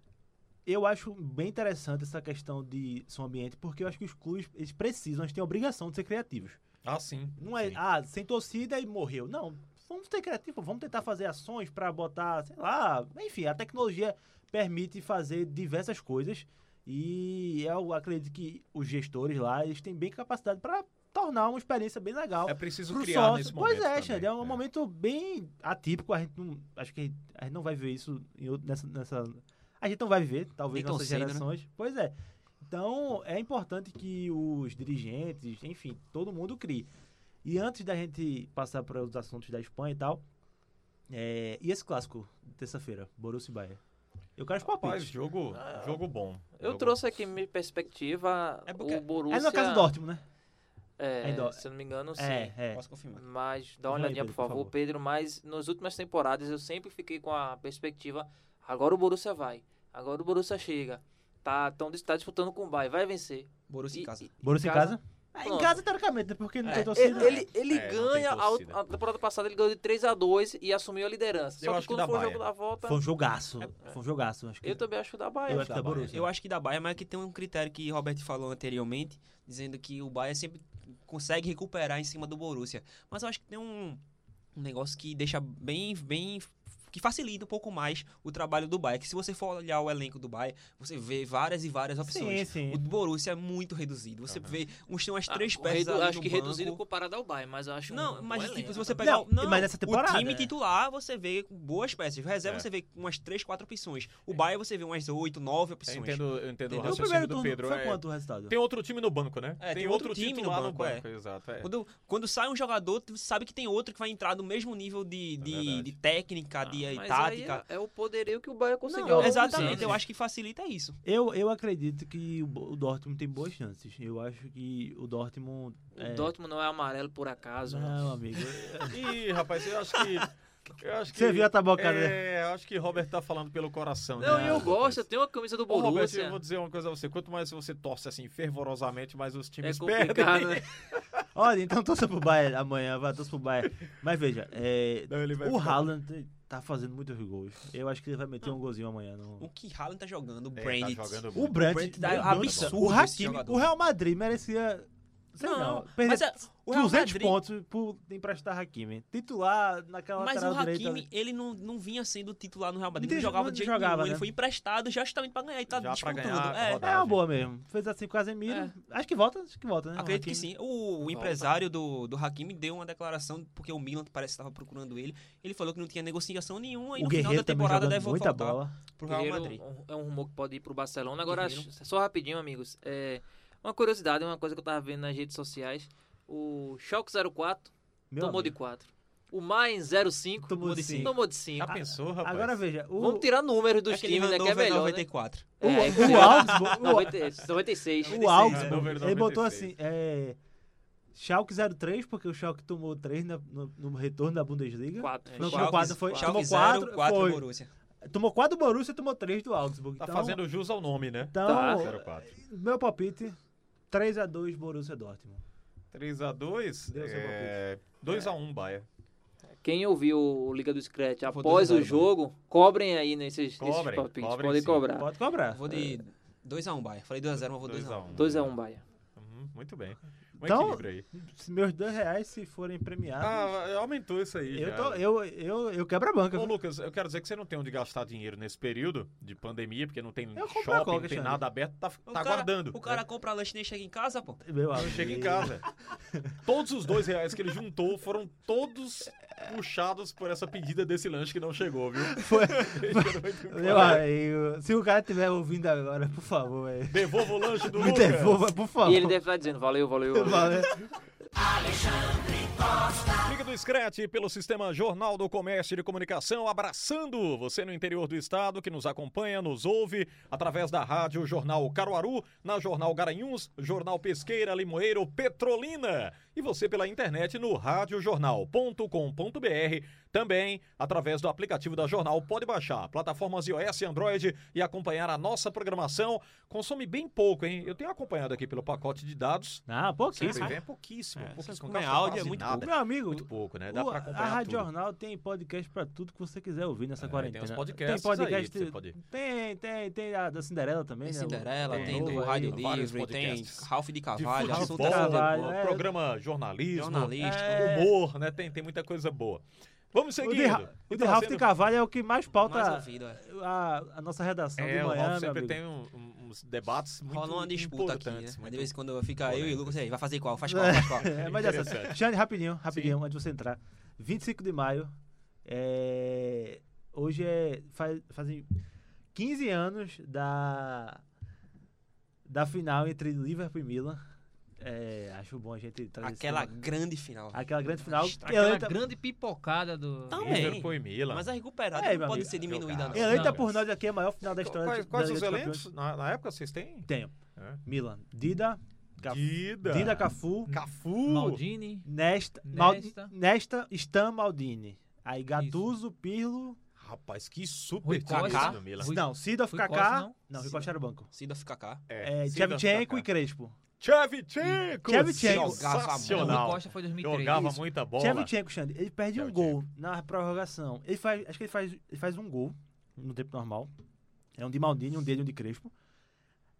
F: Eu acho bem interessante essa questão de som ambiente, porque eu acho que os clubes eles precisam, eles têm a obrigação de ser criativos.
E: Ah, sim.
F: Não é,
E: Sim.
F: ah, sem torcida e morreu. Não, vamos ter criativo, vamos tentar fazer ações pra botar, sei lá, enfim, a tecnologia permite fazer diversas coisas e eu acredito que os gestores lá, eles têm bem capacidade pra tornar uma experiência bem legal.
E: É preciso
F: pro
E: criar
F: sócio.
E: nesse momento.
F: pois é,
E: também.
F: Xande, é um momento bem atípico, a gente não, acho que a gente não vai ver isso em outro- nessa, nessa a gente não vai ver, talvez
G: Nem tão
F: nossas
G: cedo, né?
F: gerações. Pois é. Então, é importante que os dirigentes, enfim, todo mundo crie. E antes da gente passar para os assuntos da Espanha e tal, é, e esse clássico de terça-feira, Borussia e Bahia? Eu quero os
E: Rapaz,
F: palpites.
E: jogo, jogo bom.
I: Eu
E: Jogo-
I: trouxe aqui minha perspectiva.
G: É porque-
I: o Borussia.
F: É na casa do Dortmund, né?
I: é,
F: É em Dor-
I: se eu não me engano, sim.
F: É, é.
G: Posso confirmar.
I: Mas dá uma
F: Vamos aí,
I: olhadinha,
F: Pedro,
I: por
F: por
I: favor,
F: favor.
I: Pedro. Mas nas últimas temporadas eu sempre fiquei com a perspectiva: agora o Borussia vai, agora o Borussia chega. Tá, tão, tá disputando com o Bayern, vai vencer.
G: Borussia em casa.
F: Borussia em casa? É, em
I: Pronto.
F: casa, teoricamente, né? porque não tem torcida.
I: Ele, ele, ele
E: É, não
I: ganha,
E: tem
I: a,
E: torcida.
I: a temporada passada ele ganhou de 3x2 e assumiu a liderança. Só
E: Eu
I: que
E: acho que dá
I: quando foi o
E: Bahia.
I: jogo da volta,
F: Foi um jogaço. Foi um jogaço, acho que.
I: É, eu também acho que é dá Bahia.
F: Eu acho que dá Borussia.
G: Eu acho que da Bahia, mas que tem um critério que o Robert falou anteriormente, dizendo que o Bahia sempre consegue recuperar em cima do Borussia. Mas eu acho que tem um, um negócio que deixa bem, bem que facilita um pouco mais o trabalho do Bahia, que se você for olhar o elenco do Bahia, você vê várias e várias
F: é
G: opções.
F: Sim, sim.
G: O do Borussia é muito reduzido. Você vê uns tem umas
I: Ah,
G: três
I: o
G: peças
I: redu-
G: ali
I: acho
G: no
I: que
G: banco.
I: reduzido comparado ao Bayern, mas eu acho um
G: Não,
I: bom
G: mas tipo,
I: elenco.
G: se você
F: também.
G: pegar
F: Não,
G: o- não,
F: mas essa temporada,
G: o time
F: é.
G: titular, você vê boas peças. Reserva
E: É.
G: você vê umas três, quatro opções. O Bahia você vê umas oito, nove
E: Eu
G: opções.
E: entendo, eu entendo
G: Entendeu?
E: o
G: O
F: E o
E: raciocínio
F: primeiro
E: do
F: turno
E: Pedro.
F: foi
E: é-
F: quanto o resultado?
E: Tem outro time no banco, né?
G: É, tem outro time no
E: titular
G: banco, é.
E: exato. é.
G: Quando, quando sai um jogador, tu sabe que tem outro que vai entrar no mesmo nível de, de,
E: É verdade. Ah,
G: de técnica, de eh,
I: Ah, Mas aí
G: tática.
I: é, é o poderio que o Bahia
E: um
I: conseguiu. ao
G: Não,
I: longo dos
G: exatamente,
I: anos.
G: eu acho que facilita isso.
F: Eu, eu acredito que o Bo- o Dortmund tem boas chances. Eu acho que o Dortmund.
I: O Dortmund não é amarelo por é acaso. né?
F: Não, amigo.
E: Ih, rapaz, eu acho que Eu acho
F: Você viu a tabocada,
E: É, eu acho que Robert tá falando pelo coração.
H: Não,
E: né?
H: eu gosto, eu tenho uma camisa do
E: Ô, Robert, eu
H: Borussia.
E: vou dizer uma coisa a você. Quanto mais você torce assim fervorosamente, mais os
H: É
E: times
H: complicado,
E: perdem.
H: né?
F: Olha, então torça pro Bayern amanhã, vai, torça pro Bayern. Mas veja, é,
E: Não, ele vai
F: o
E: ficar-
F: Haaland tá fazendo muitos gols. Eu acho que ele vai meter um golzinho amanhã.
G: O
F: No...
G: que Haaland tá jogando, o
E: É,
G: Brandt.
E: tá jogando
F: O
E: muito.
F: Brandt,
G: Brandt tá
F: meu Deus do céu.
G: absurdo
F: o
G: esse
F: Hakimi,
G: jogador.
F: o Real Madrid merecia, sei
G: Não,
F: não,
G: mas
F: perder
G: é, o Real
F: 200
G: Madrid-
F: pontos por emprestar Hakimi. Titular naquela
G: Mas o
F: lateral
G: Hakimi,
F: direita. ali.
G: ele não, não vinha sendo titular no Real Madrid,
F: Ele
G: não jogava
F: não
G: de jeito
F: jogava,
G: nenhum,
F: né?
G: ele foi emprestado justamente pra ganhar e tá
E: Já pra
G: disputando.
E: ganhar,
G: é.
E: rodar.
F: É uma boa mesmo. Fez assim com o Casemiro.
G: É.
F: Acho que volta, acho que volta, né? o
G: Acredito que
F: Hakimi.
G: sim. O, o empresário do, do Hakimi deu uma declaração, porque o Milan parece que estava procurando ele. Ele falou que não tinha negociação nenhuma e
F: O
G: no final da
F: Guerreiro também
G: temporada
F: jogando
G: deve
F: muita
G: voltar
F: bola.
G: pro Real
H: Guerreiro
G: Madrid.
H: é um rumor que pode ir pro Barcelona. Agora,
G: Guerreiro.
H: só rapidinho, amigos. É, uma curiosidade, uma coisa que eu tava vendo nas redes sociais. O Schalke 04
F: Meu
H: tomou de
F: amigo.
H: 4. O Main 05
F: Tomou de cinco.
H: tomou de 5.
E: Já pensou, rapaz?
F: Agora veja, o,
H: Vamos tirar números dos
G: Acho que ele
H: times, né? Que é
G: Hannover
H: melhor, né?
G: 94.
F: o,
H: É,
F: o Augsburg, o-
H: 90 96.
F: o Augsburg,
E: né? Over
F: ele botou
E: 96.
F: assim, é, Schalke 03, porque o Schalke tomou 3 na- no, no retorno da Bundesliga.
H: 4.
F: Não,
G: Schalke-
F: tomou 4, foi.
G: Schalke
F: tomou
G: 0,
F: 4,
G: 4
F: foi.
G: Borussia.
F: Tomou 4 do Borussia e tomou 3 do Augsburg.
E: Tá
F: então,
E: fazendo jus ao nome, né?
F: então
H: Tá.
E: 04.
F: meu palpite, 3x2 Borussia Dortmund.
E: 3x2.
F: Deu seu
E: É... 2x1, Baia.
H: Quem ouviu o Liga do Scratch
G: vou
H: após
G: dois
H: o
G: a zero,
H: jogo, cobrem aí nesses, nesses
E: Cobrem,
H: palpites.
E: cobrem
H: Podem
E: sim.
G: Tá.
H: cobrar.
F: Pode cobrar.
G: Vou de 2x1, Bayern. Falei 2x0, mas vou 2x1.
H: 2x1, Bahia.
E: um. Uhum, muito bem. Um
F: Então-
E: equilíbrio aí.
F: Se meus 2 reais se forem premiados,
E: Ah, aumentou isso aí.
F: eu,
E: já.
F: tô, eu, eu, eu quebro a banca.
E: Ô,
F: viu?
E: Lucas, eu quero dizer que você não tem onde gastar dinheiro nesse período de pandemia, porque não tem
F: Eu compro a
E: shopping,
F: Coca,
E: não tem
F: Xande.
E: nada aberto, tá,
G: O
E: tá
G: cara-
E: aguardando.
G: O cara compra lanche e nem chega em casa, pô.
F: Meu
E: Não chega em
F: amigo.
E: casa. todos os dois reais que ele juntou foram todos puxados por essa pedida desse lanche que não chegou, viu?
F: Foi-
E: Deixando muito
F: Meu
E: claro.
F: amigo, se o cara estiver ouvindo agora, por favor, é,
E: Devolva o lanche do
F: me
E: Lucas.
F: devolva, por favor. né?
H: E ele deve estar dizendo, valeu, valeu. valeu.
F: Valeu.
E: Liga do Scratch pelo Sistema Jornal do Comércio e de Comunicação, abraçando você no interior do estado que nos acompanha, nos ouve através da rádio Jornal Caruaru, na Jornal Garanhuns, Jornal Pesqueira, Limoeiro, Petrolina e você pela internet no radiojornal.com.br, também através do aplicativo da Jornal pode baixar, plataformas iOS e Android e acompanhar a nossa programação. Consome bem pouco, hein? Eu tenho acompanhado aqui pelo pacote de dados.
F: Ah, pouquíssimo.
E: é pouquíssimo, pouquíssimo.
G: com
E: gasta
G: áudio é
E: quase
G: muito
E: nada.
F: Meu amigo,
E: Muito pouco, né? Dá
F: o-
E: pra
F: a
E: acompanhar
F: Rádio
E: tudo.
F: Jornal tem podcast pra tudo que você quiser ouvir nessa
E: É,
F: quarentena.
E: tem uns podcasts
F: Tem podcast.
E: aí que você pode-
F: Tem, tem, tem a da Cinderela também,
G: Tem
F: né?
G: Cinderela,
F: O-
G: tem
F: novo
G: do
F: aí.
G: Rádio
E: vários
G: Livre, tem
E: podcasts.
G: Ralph de
E: De
G: Cavalho,
E: futebol,
G: Assunto assim, Cavalho.
F: Carvalho, é.
E: programa jornalismo,
G: Jornalista.
E: é, humor, né? Tem, tem muita coisa boa. Vamos
F: O
E: seguindo. Então,
F: de, Ra- o de Ralph de Carvalho é o que mais pauta
G: Mais ouvido, é.
F: a, a nossa redação
E: É,
F: de
E: o
F: manhã,
E: Ralf
F: meu
E: sempre
F: amigo.
E: tem um- um- uns debates muito
G: Rola uma disputa aqui, né?
E: importantes.
G: Aí
E: muito-
G: De vez em quando fica eu e o Lucas aí, vai fazer qual? Faz qual?
F: É.
G: Faz qual?
F: É, mas dessa.
E: Interessante.
F: Xande, rapidinho, rapidinho, antes de você entrar. 25 de maio. é, Hoje é. faz- fazem 15 anos da. Da final entre Liverpool e Milan. É, acho bom a gente trazer esse
G: Aquela
F: tema.
G: grande final.
F: é né? aquela grande final.
E: é
I: Aquela
F: Eleita,
I: grande pipocada do.
F: Tá
G: Também.
E: Liverpool e Milan.
G: Mas a recuperada
F: É,
G: não
F: meu
G: pode
F: amigo.
G: ser diminuída, não.
F: eleita
I: Não,
F: por
I: mas-
F: nós aqui é a maior final da história.
E: Quais,
F: de-
E: quais
F: da
E: os
F: Liga dos Campeões.
E: elencos? Na, na época vocês têm?
F: Tenho.
E: É.
F: Milan. Dida. Ca-
E: Dida.
F: Dida Cafu.
E: Cafu.
I: Maldini.
F: Nesta. Mal-
I: Nesta.
F: Nesta. Stan Maldini. Aí Gattuso, Pirlo.
E: Rapaz, que super
I: Rui
E: time
I: Costa.
E: do Milan.
I: Rui-
F: Não, Sidorf,
I: Rui
F: Kaká.
I: Costa,
F: Não,
I: não?
F: não Rui Costa era banco.
G: Sida fica cá.
F: É,
E: Sidorf,
F: Tchevchenko
E: Kaká.
F: e Crespo.
E: Tchevchenko.
F: Tchevchenko.
I: Rui
E: Sensacional.
I: Costa foi 2003.
E: Jogava
I: Isso.
E: muita bola.
F: Tchevchenko, Xande, ele perde um
E: Tchevchenko.
F: gol na prorrogação. Ele faz, acho que ele faz, ele faz um gol no tempo normal. É um de Maldini, um dele e um de Crespo.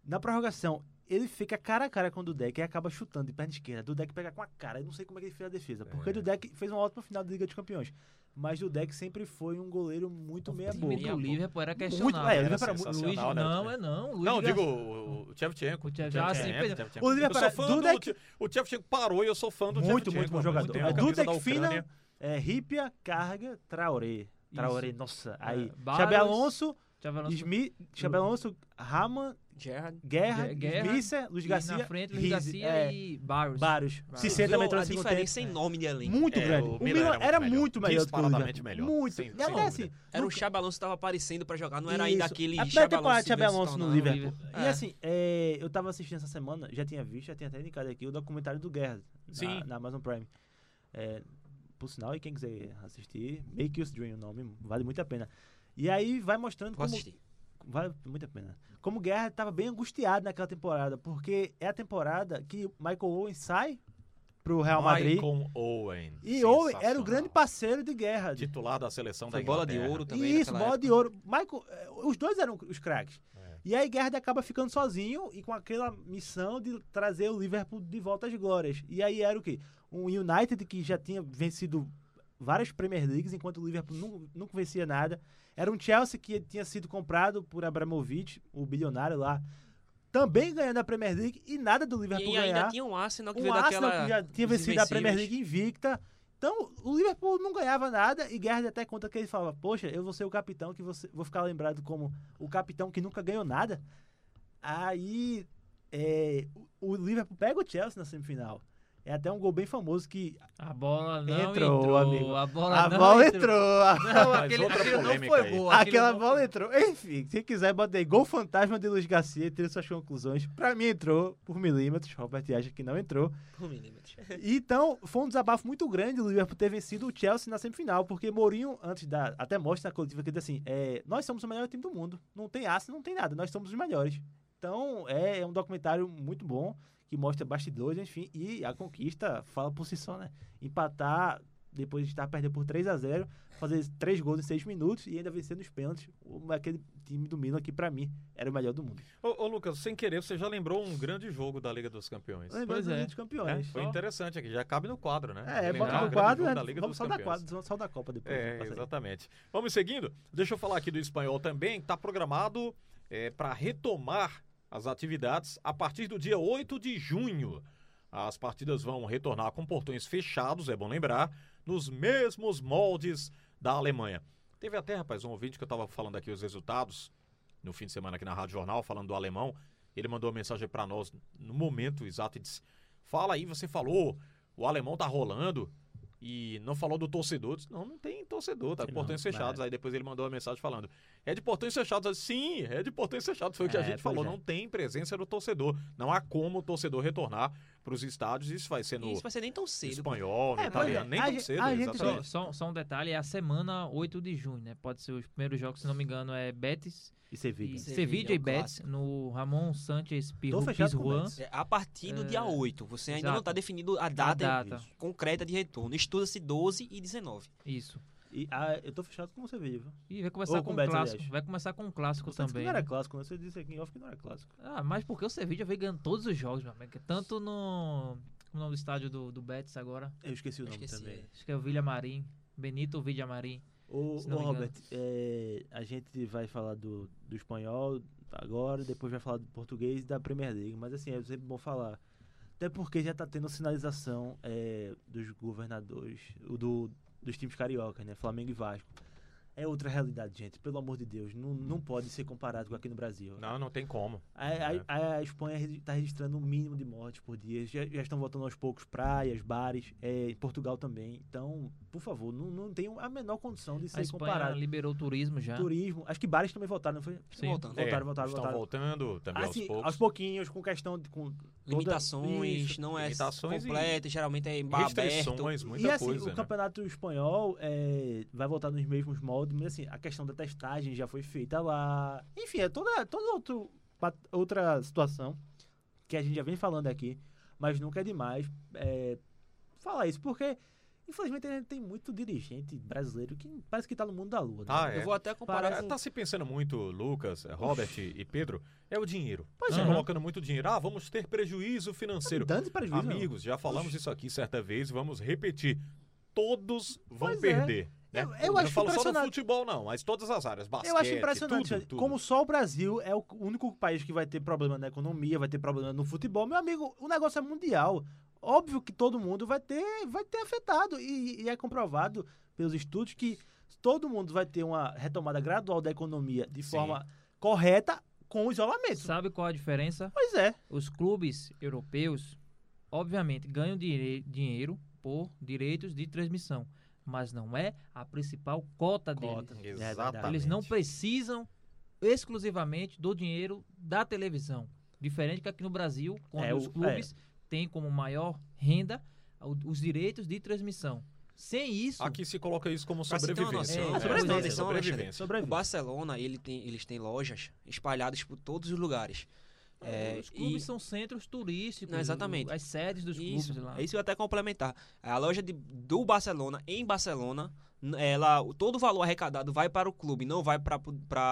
F: Na prorrogação, ele fica cara a cara com o Dudek e acaba chutando de perna esquerda. Dudek pega com a cara. Eu não sei como é que ele fez a defesa. Porque o Dudek fez uma ótima final da Liga dos Campeões. Mas o Dudek sempre foi um goleiro muito
I: O time do
F: meia-boca.
I: Liverpool era
F: Muito, é,
I: questionável.
F: ele
E: Era
F: para muito.
E: sensacional.
I: Luiz,
E: né, o
I: não,
E: time.
I: é não. Luiz
E: Não,
I: de
E: digo
I: Garcia.
E: o o Tchevchenko.
I: O Tchev- ah, sim, perdão.
E: Tchevchenko.
F: O Oliveira
E: Eu sou
F: Pará-
E: fã do
F: Dudek-
E: Tche- O Tchevchenko parou e eu sou fã do
F: é Muito,
E: Tchevchenko,
F: muito bom
E: rapaz.
F: jogador.
E: Tem
F: É
E: a camisa da
F: Dudek, Fina,
E: Ucrânia.
F: é, Ripia, Carga, Traoré. Traoré, nossa. Aí,
I: Barros,
F: Xabi Alonso,
I: Tchave Alonso.
F: Smith, Xabi Alonso, Raman,
G: Gerard.
F: Guerra,
I: Ge- Guerra,
F: Smith, Luiz
I: E
F: Garcia,
I: na frente, Luiz
F: Rize,
I: Garcia
F: é,
I: e Barros.
F: Barros.
I: Barros.
F: Cicê também
G: Viu
F: entrou
G: a
F: no segundo tempo.
G: diferença enorme de elenco.
F: Muito
E: É,
F: grande.
E: o
F: O
E: Milan
F: Milan
E: era
F: era
E: muito
F: muito
E: melhor.
F: melhor do que o
E: Disparadamente
F: Liverpool.
E: melhor.
F: Muito.
E: Sem- um
F: E até
E: sem
F: assim,
G: Era
F: no-
G: o Xabi Alonso que tava aparecendo pra jogar, não era
F: Isso.
G: ainda aquele
F: A primeira
G: é Xabi
F: temporada
G: Alonso.
F: de Xabi Alonso no
I: tornando
F: Liverpool.
I: Liverpool.
F: E
G: É.
F: assim, é, eu tava assistindo essa semana, já tinha visto, já tinha até indicado aqui o documentário do Guerra na,
E: Sim.
F: na Amazon Prime. É, por sinal, e quem quiser assistir, Make Your Dream, o nome, vale muito a pena. E aí vai mostrando
G: É, Vou
F: como,
G: assistir.
F: Vale muito a pena. Como Guerra estava bem angustiado naquela temporada, porque é a temporada que Michael Owen sai pro Real Madrid.
E: Maicon Owen.
F: E Owen era o
E: Sensacional.
F: grande parceiro de Guerra.
E: Titular da seleção
G: Foi
E: da
G: bola de
E: Inglaterra.
G: ouro também.
F: Isso,
G: naquela
F: bola
G: época. É.
F: de ouro. Michael, eh, os dois eram os craques. E aí Gerrard acaba ficando sozinho e com aquela missão de trazer o Liverpool de volta às glórias. E aí era o quê? Um United que já tinha vencido várias Premier Leagues, enquanto o Liverpool nu- nunca vencia nada. Era um Chelsea que tinha sido comprado por Abramovich, o bilionário lá, também ganhando a Premier League e nada do
G: E
F: Liverpool
G: aí ainda
F: ganhar.
G: tinha um Arsenal que
F: Um
G: veio
F: Arsenal
G: daquela...
F: que já tinha
G: dos
F: vencido a Premier
G: invencíveis.
F: League invicta. Então, o Liverpool não ganhava nada e Gerrard até conta que ele falava, poxa, eu vou ser o capitão que você vou ficar lembrado como o capitão que nunca ganhou nada. Aí é, o o Liverpool pega o Chelsea na semifinal. É até um gol bem famoso que
I: A bola não entrou,
F: Entrou, amigo.
I: A bola
F: a
I: não
F: bola
I: entrou.
F: entrou.
I: Não,
E: Mas
I: aquele,
E: outra
I: aquele não
E: polêmica
I: foi
E: aí.
I: boa. aquele
F: Aquela
I: não
F: bola
I: foi-
F: entrou. Enfim, se quiser, bota aí gol fantasma de Luiz Garcia e tira suas conclusões. Pra mim entrou por milímetros. Robert acha que não entrou.
G: Por milímetros.
F: Então, foi um desabafo muito grande o Liverpool ter vencido o Chelsea na semifinal, porque Mourinho, antes da. Até mostra na coletiva que diz assim: é, nós somos o melhor time do mundo. Não tem aço, não tem nada, nós somos os melhores. Então, é, é um documentário muito bom, que mostra bastidores, enfim, e a conquista fala por si só, né? Empatar, depois de estar perdendo por 3 a 0 fazer três gols em seis minutos e ainda vencer nos pênaltis. o- Aquele time do Milan que, pra mim, era o melhor do mundo.
E: Ô, ô, Lucas, sem querer, você já lembrou um grande jogo da Liga dos Campeões.
F: Lembrando
I: Pois
F: dos
I: é.
F: dos campeões.
E: É, Foi interessante aqui, já cabe no quadro, né? Lembrar
F: É,
E: um
F: bota no
E: grande
F: quadro,
E: jogo
F: né?
E: da Liga
F: Vamos
E: dos
F: só da
E: Campeões.
F: quadro, vamos só da Copa depois. né?
E: É,
F: Passa aí.
E: exatamente. Vamos seguindo. Deixa eu falar aqui do espanhol também. Está programado para retomar as atividades a partir do dia 8 de junho. As partidas vão retornar com portões fechados, é bom lembrar, nos mesmos moldes da Alemanha. Teve até, rapaz, um ouvinte que eu estava falando aqui os resultados no fim de semana aqui na Rádio Jornal, falando do alemão. Ele mandou uma mensagem para nós no momento exato e disse: Fala aí, você falou, o alemão tá rolando e não falou do torcedor. Eu disse, não, não tem torcedor, tá de
F: Tem
E: portões
F: não, é.
E: fechados. Aí depois ele mandou uma mensagem falando: É de portões fechados. Eu disse, Sim, é de portões fechados. Foi o que a
F: É,
E: gente
F: pois
E: falou:
F: é.
E: não tem presença do torcedor. Não há como o torcedor retornar para os estádios. Isso vai ser no
G: Isso vai ser nem tão cedo. pô.
E: espanhol, no
F: É, mas
E: italiano, nem
F: a
E: tão
F: gente-
E: cedo.
F: a gente
E: exatamente.
I: Só, só- só um detalhe, é a semana 8 de junho, né? Pode ser os primeiros jogos, se não me engano, é Betis,
F: E você
I: e
F: viu.
I: Sevilla
G: é
I: e
G: o
I: Betis,
G: clássico.
I: no Ramon Sanchez
F: Tô
I: Pizjuan.
F: fechado com o Betis.
G: É, A partir do dia 8, você ainda não
I: exato.
G: está definido a
I: A
G: data,
I: data,
G: concreta de retorno. Estuda-se 12 e 19.
F: é
I: isso.
F: E, ah, eu tô fechado com você viu.
I: E vai começar
F: Ou
I: com,
F: com
I: um
F: Betis,
I: clássico.
F: aliás.
I: Vai começar com um clássico
F: Você disse que
I: também.
F: não era clássico, né? Você disse aqui em off que não era clássico.
I: Ah, mas porque o Sevilla veio ganhando todos os jogos, meu amigo. Tanto no. Como é o nome do estádio do, do Betis agora?
F: Eu esqueci o
G: Eu
F: nome
G: esqueci.
F: também.
I: Acho que é o Villamarim. Benito Villamarim.
F: Ô,
I: Se não
F: ô,
I: me engano.
F: Robert, é, a gente vai falar do, do espanhol agora, depois vai falar do português e da Premier League. Mas assim, é sempre bom falar. Até porque já tá tendo sinalização é, dos governadores, o do, dos times cariocas, né? Flamengo e Vasco. É outra realidade, gente. Pelo amor de Deus. Não, não pode ser comparado com aqui no Brasil.
E: Não, não tem como. É.
F: A, a- a Espanha está registrando um mínimo de mortes por dia. Já, já estão voltando aos poucos praias, bares, é, em Portugal também. Então, por favor, não, não tem a menor condição de
I: A
F: ser
I: Espanha é
F: comparado.
I: liberou o turismo já.
F: Turismo, acho que bares também voltaram, não foi?
I: Sim.
G: Voltando.
F: Voltaram,
E: É,
F: voltaram,
E: estão
F: voltaram.
E: voltando também
F: Assim,
E: aos poucos.
F: aos pouquinhos, com questão de. Com toda-
G: Limitações,
F: Isso.
G: não é
E: Limitações e
G: completa, geralmente é em bar aberto.
E: Restrições, muita
F: e assim,
E: coisa.
F: o
E: né?
F: campeonato espanhol é, vai voltar nos mesmos moldes, mas assim, a questão da testagem já foi feita lá. Enfim, é toda, toda outro, pat- outra situação que a gente já vem falando aqui, mas nunca é demais é, falar isso, porque infelizmente a gente tem muito dirigente brasileiro que parece que tá no mundo da lua. né?
E: Ah, é.
G: Eu vou até comparar
E: Tá
G: com...
E: se pensando muito, Lucas, eh, Robert e Pedro, é o dinheiro.
F: Pois
E: Tá
F: é.
E: colocando muito dinheiro. Ah, vamos ter prejuízo financeiro.
F: Dando prejuízo.
E: Amigos, já falamos isso aqui certa vez, vamos repetir. Todos vão
F: Pois é.
E: perder. né?
F: Eu- eu
E: não
F: acho
E: falo só no
F: impressionante.
E: futebol, não, mas todas as áreas. Basquete,
F: Eu acho impressionante. assim,
E: tudo, tudo.
F: Como só o Brasil é o único país que vai ter problema na economia, vai ter problema no futebol, meu amigo, o negócio é mundial. Óbvio que todo mundo vai ter, vai ter afetado. E, e é comprovado pelos estudos que todo mundo vai ter uma retomada gradual da economia de forma correta com o isolamento.
I: Sabe qual a diferença?
F: Pois é.
I: Os clubes europeus, obviamente, ganham dire- dinheiro por direitos de transmissão. Mas não é a principal cota,
F: Cota.
I: deles. É
E: Exatamente.
I: Eles não precisam exclusivamente do dinheiro da televisão. Diferente que aqui no Brasil, quando
F: É,
I: os
F: o-
I: clubes têm como maior renda o- os direitos de transmissão. Sem isso,
E: Aqui se coloca isso como
G: Pra se ter uma
E: sobrevivência.
G: noção,
E: né?
I: é, sobrevivência,
E: É,
G: são
E: sobrevivência.
G: O Barcelona, ele tem, eles têm lojas espalhadas por todos os lugares. É,
I: os clubes
G: e-
I: são centros turísticos.
G: Não, exatamente.
I: As sedes dos
G: isso,
I: clubes lá.
G: é isso que eu ia até complementar. A loja de- do Barcelona, em Barcelona, n- ela, o- todo o valor arrecadado vai para o clube, não vai para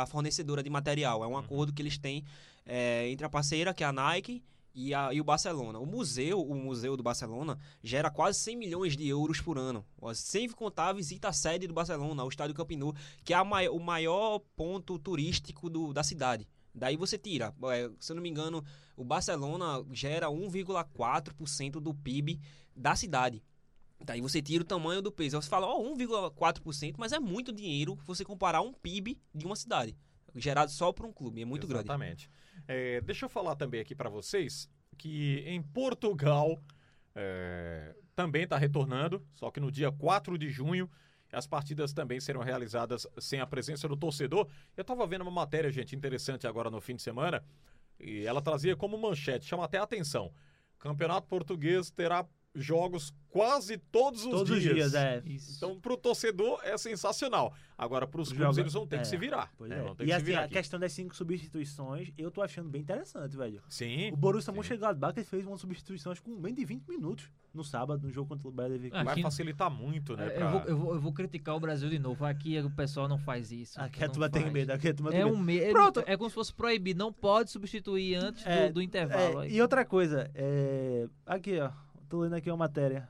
G: a fornecedora de material. É um acordo que eles têm é, entre a parceira, que é a Nike, e, a- e o Barcelona. O museu, o museu do Barcelona, gera quase 100 milhões de euros por ano. Ó, Sem contar a visita à sede do Barcelona, ao estádio Camp Nou, que é a mai- o maior ponto turístico do- da cidade. Daí você tira, é, se eu não me engano, o Barcelona gera 1,4% do PIB da cidade. Daí você tira o tamanho do peso. Aí Você fala, ó, 1,4%, mas é muito dinheiro você comparar um PIB de uma cidade, gerado só por um clube. É muito grande.
E: Exatamente. É, deixa eu falar também aqui para vocês que em Portugal é, também está retornando, só que no dia 4 de junho as partidas também serão realizadas sem a presença do torcedor. Eu estava vendo uma matéria, gente, interessante agora no fim de semana e ela trazia como manchete, chama até a atenção. Campeonato Português terá jogos quase todos os
F: Todos os
E: dias.
F: dias, é.
I: Isso.
E: Então, pro torcedor é sensacional. Agora, pros clubes,
F: Joga-
E: eles vão ter
F: é,
E: que se virar.
F: Pois
E: né?
F: é.
E: Vão ter
F: E
E: que se
F: assim,
E: virar
F: a
E: aqui.
F: questão das cinco substituições, eu tô achando bem interessante, velho.
E: Sim.
F: O Borussia
E: sim.
F: Mönchengladbach ele fez umas substituições com menos de 20 minutos no sábado, no jogo contra o Bayern Leverkusen.
I: Ah,
E: Vai
I: Aqui-
E: facilitar muito, né?
I: É,
E: pra-
I: eu, vou, eu vou- eu vou criticar o Brasil de novo. Aqui o pessoal não faz isso.
F: Aqui Ah, a
I: não
F: turma tem
I: faz.
F: medo, aqui a turma tem
I: É um
F: medo.
I: medo.
F: Pronto.
I: É como se fosse proibido. Não pode substituir antes do-
F: É,
I: do,
F: É,
I: intervalo.
F: e outra coisa, é, aqui ó, tô lendo aqui uma matéria.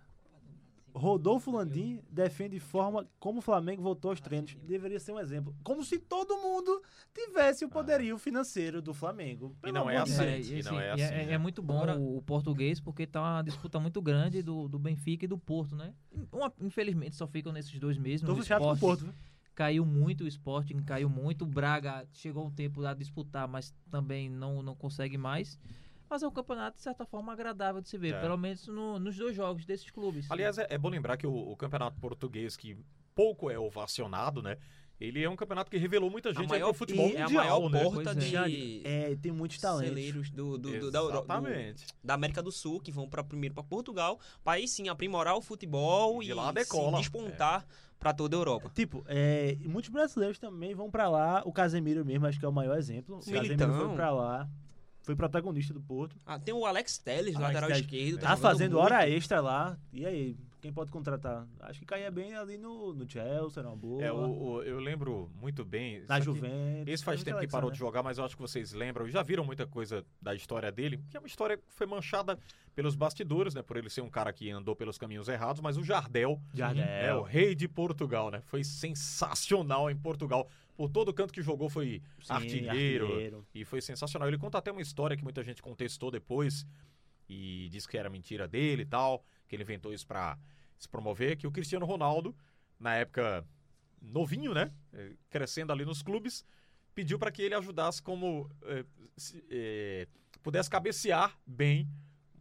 F: Rodolfo Landim defende forma como o Flamengo voltou aos treinos. Deveria ser um exemplo. Como se todo mundo tivesse o poderio financeiro do Flamengo.
E: Ah. E
F: Pelo
E: não é
F: amor de
E: assim.
F: Deus.
E: E
I: e
E: não é
I: e
E: assim, né?
I: é muito bom
G: Agora-
I: o, o português, porque tá uma disputa muito grande do, do Benfica e do Porto, né? Uma- infelizmente só ficam nesses dois mesmos.
F: Tô
I: O
F: chato com o
I: Sporting
F: Porto. viu?
I: Caiu muito o Sporting, caiu muito. O Braga chegou um tempo a disputar, mas também não, não consegue mais. Mas é um campeonato, de certa forma, agradável de se ver.
E: É.
I: Pelo menos no- nos dois jogos desses clubes.
E: Aliás, é, é bom lembrar que o, o campeonato português, que pouco é ovacionado, né? Ele é um campeonato que revelou muita gente aí
G: maior-
E: pro futebol
F: e
G: É a
E: mundial,
G: maior
E: né?
G: porta
I: Pois é.
G: de
F: Tá É, tem muitos talentos.
G: celeiros do, do- do- da, Euro- do-
E: Exatamente.
G: da América do Sul, que vão pra, primeiro para Portugal, para aí sim aprimorar o futebol
E: E
G: e,
E: de lá
G: se
E: decola.
G: despontar
F: É.
G: para toda a Europa.
F: Tipo, é, e muitos brasileiros também vão pra lá. O Casemiro mesmo, acho que é o maior exemplo.
G: Sim.
F: O Casemiro
G: Militão.
F: foi pra lá. Foi protagonista do Porto.
G: Ah, tem o Alex Telles,
F: Alex
G: lateral
F: Telles.
G: esquerdo.
F: Tá
G: jogando
F: fazendo
G: muito.
F: hora extra lá. E aí, quem pode contratar? Acho que caía bem ali no, no Chelsea, numa boa.
E: É, o, o- eu lembro muito bem.
F: na
E: isso aqui-
F: Juventus.
E: Esse faz
F: Muita
E: tempo que
G: é
F: seleção,
E: parou
F: né?
E: de jogar, mas eu acho que vocês lembram, e já viram muita coisa da história dele, que é uma história que foi manchada pelos bastidores, né? Por ele ser um cara que andou pelos caminhos errados, mas o Jardel, É, o
F: Jardel.
E: rei de Portugal, né? Foi sensacional em Portugal. Por todo canto que jogou foi
F: Sim,
E: artilheiro, e foi sensacional. Ele conta até uma história que muita gente contestou depois e disse que era mentira dele e tal, que ele inventou isso pra se promover, que o Cristiano Ronaldo, na época novinho, né, eh, crescendo ali nos clubes, pediu pra que ele ajudasse como eh, se- eh, pudesse cabecear bem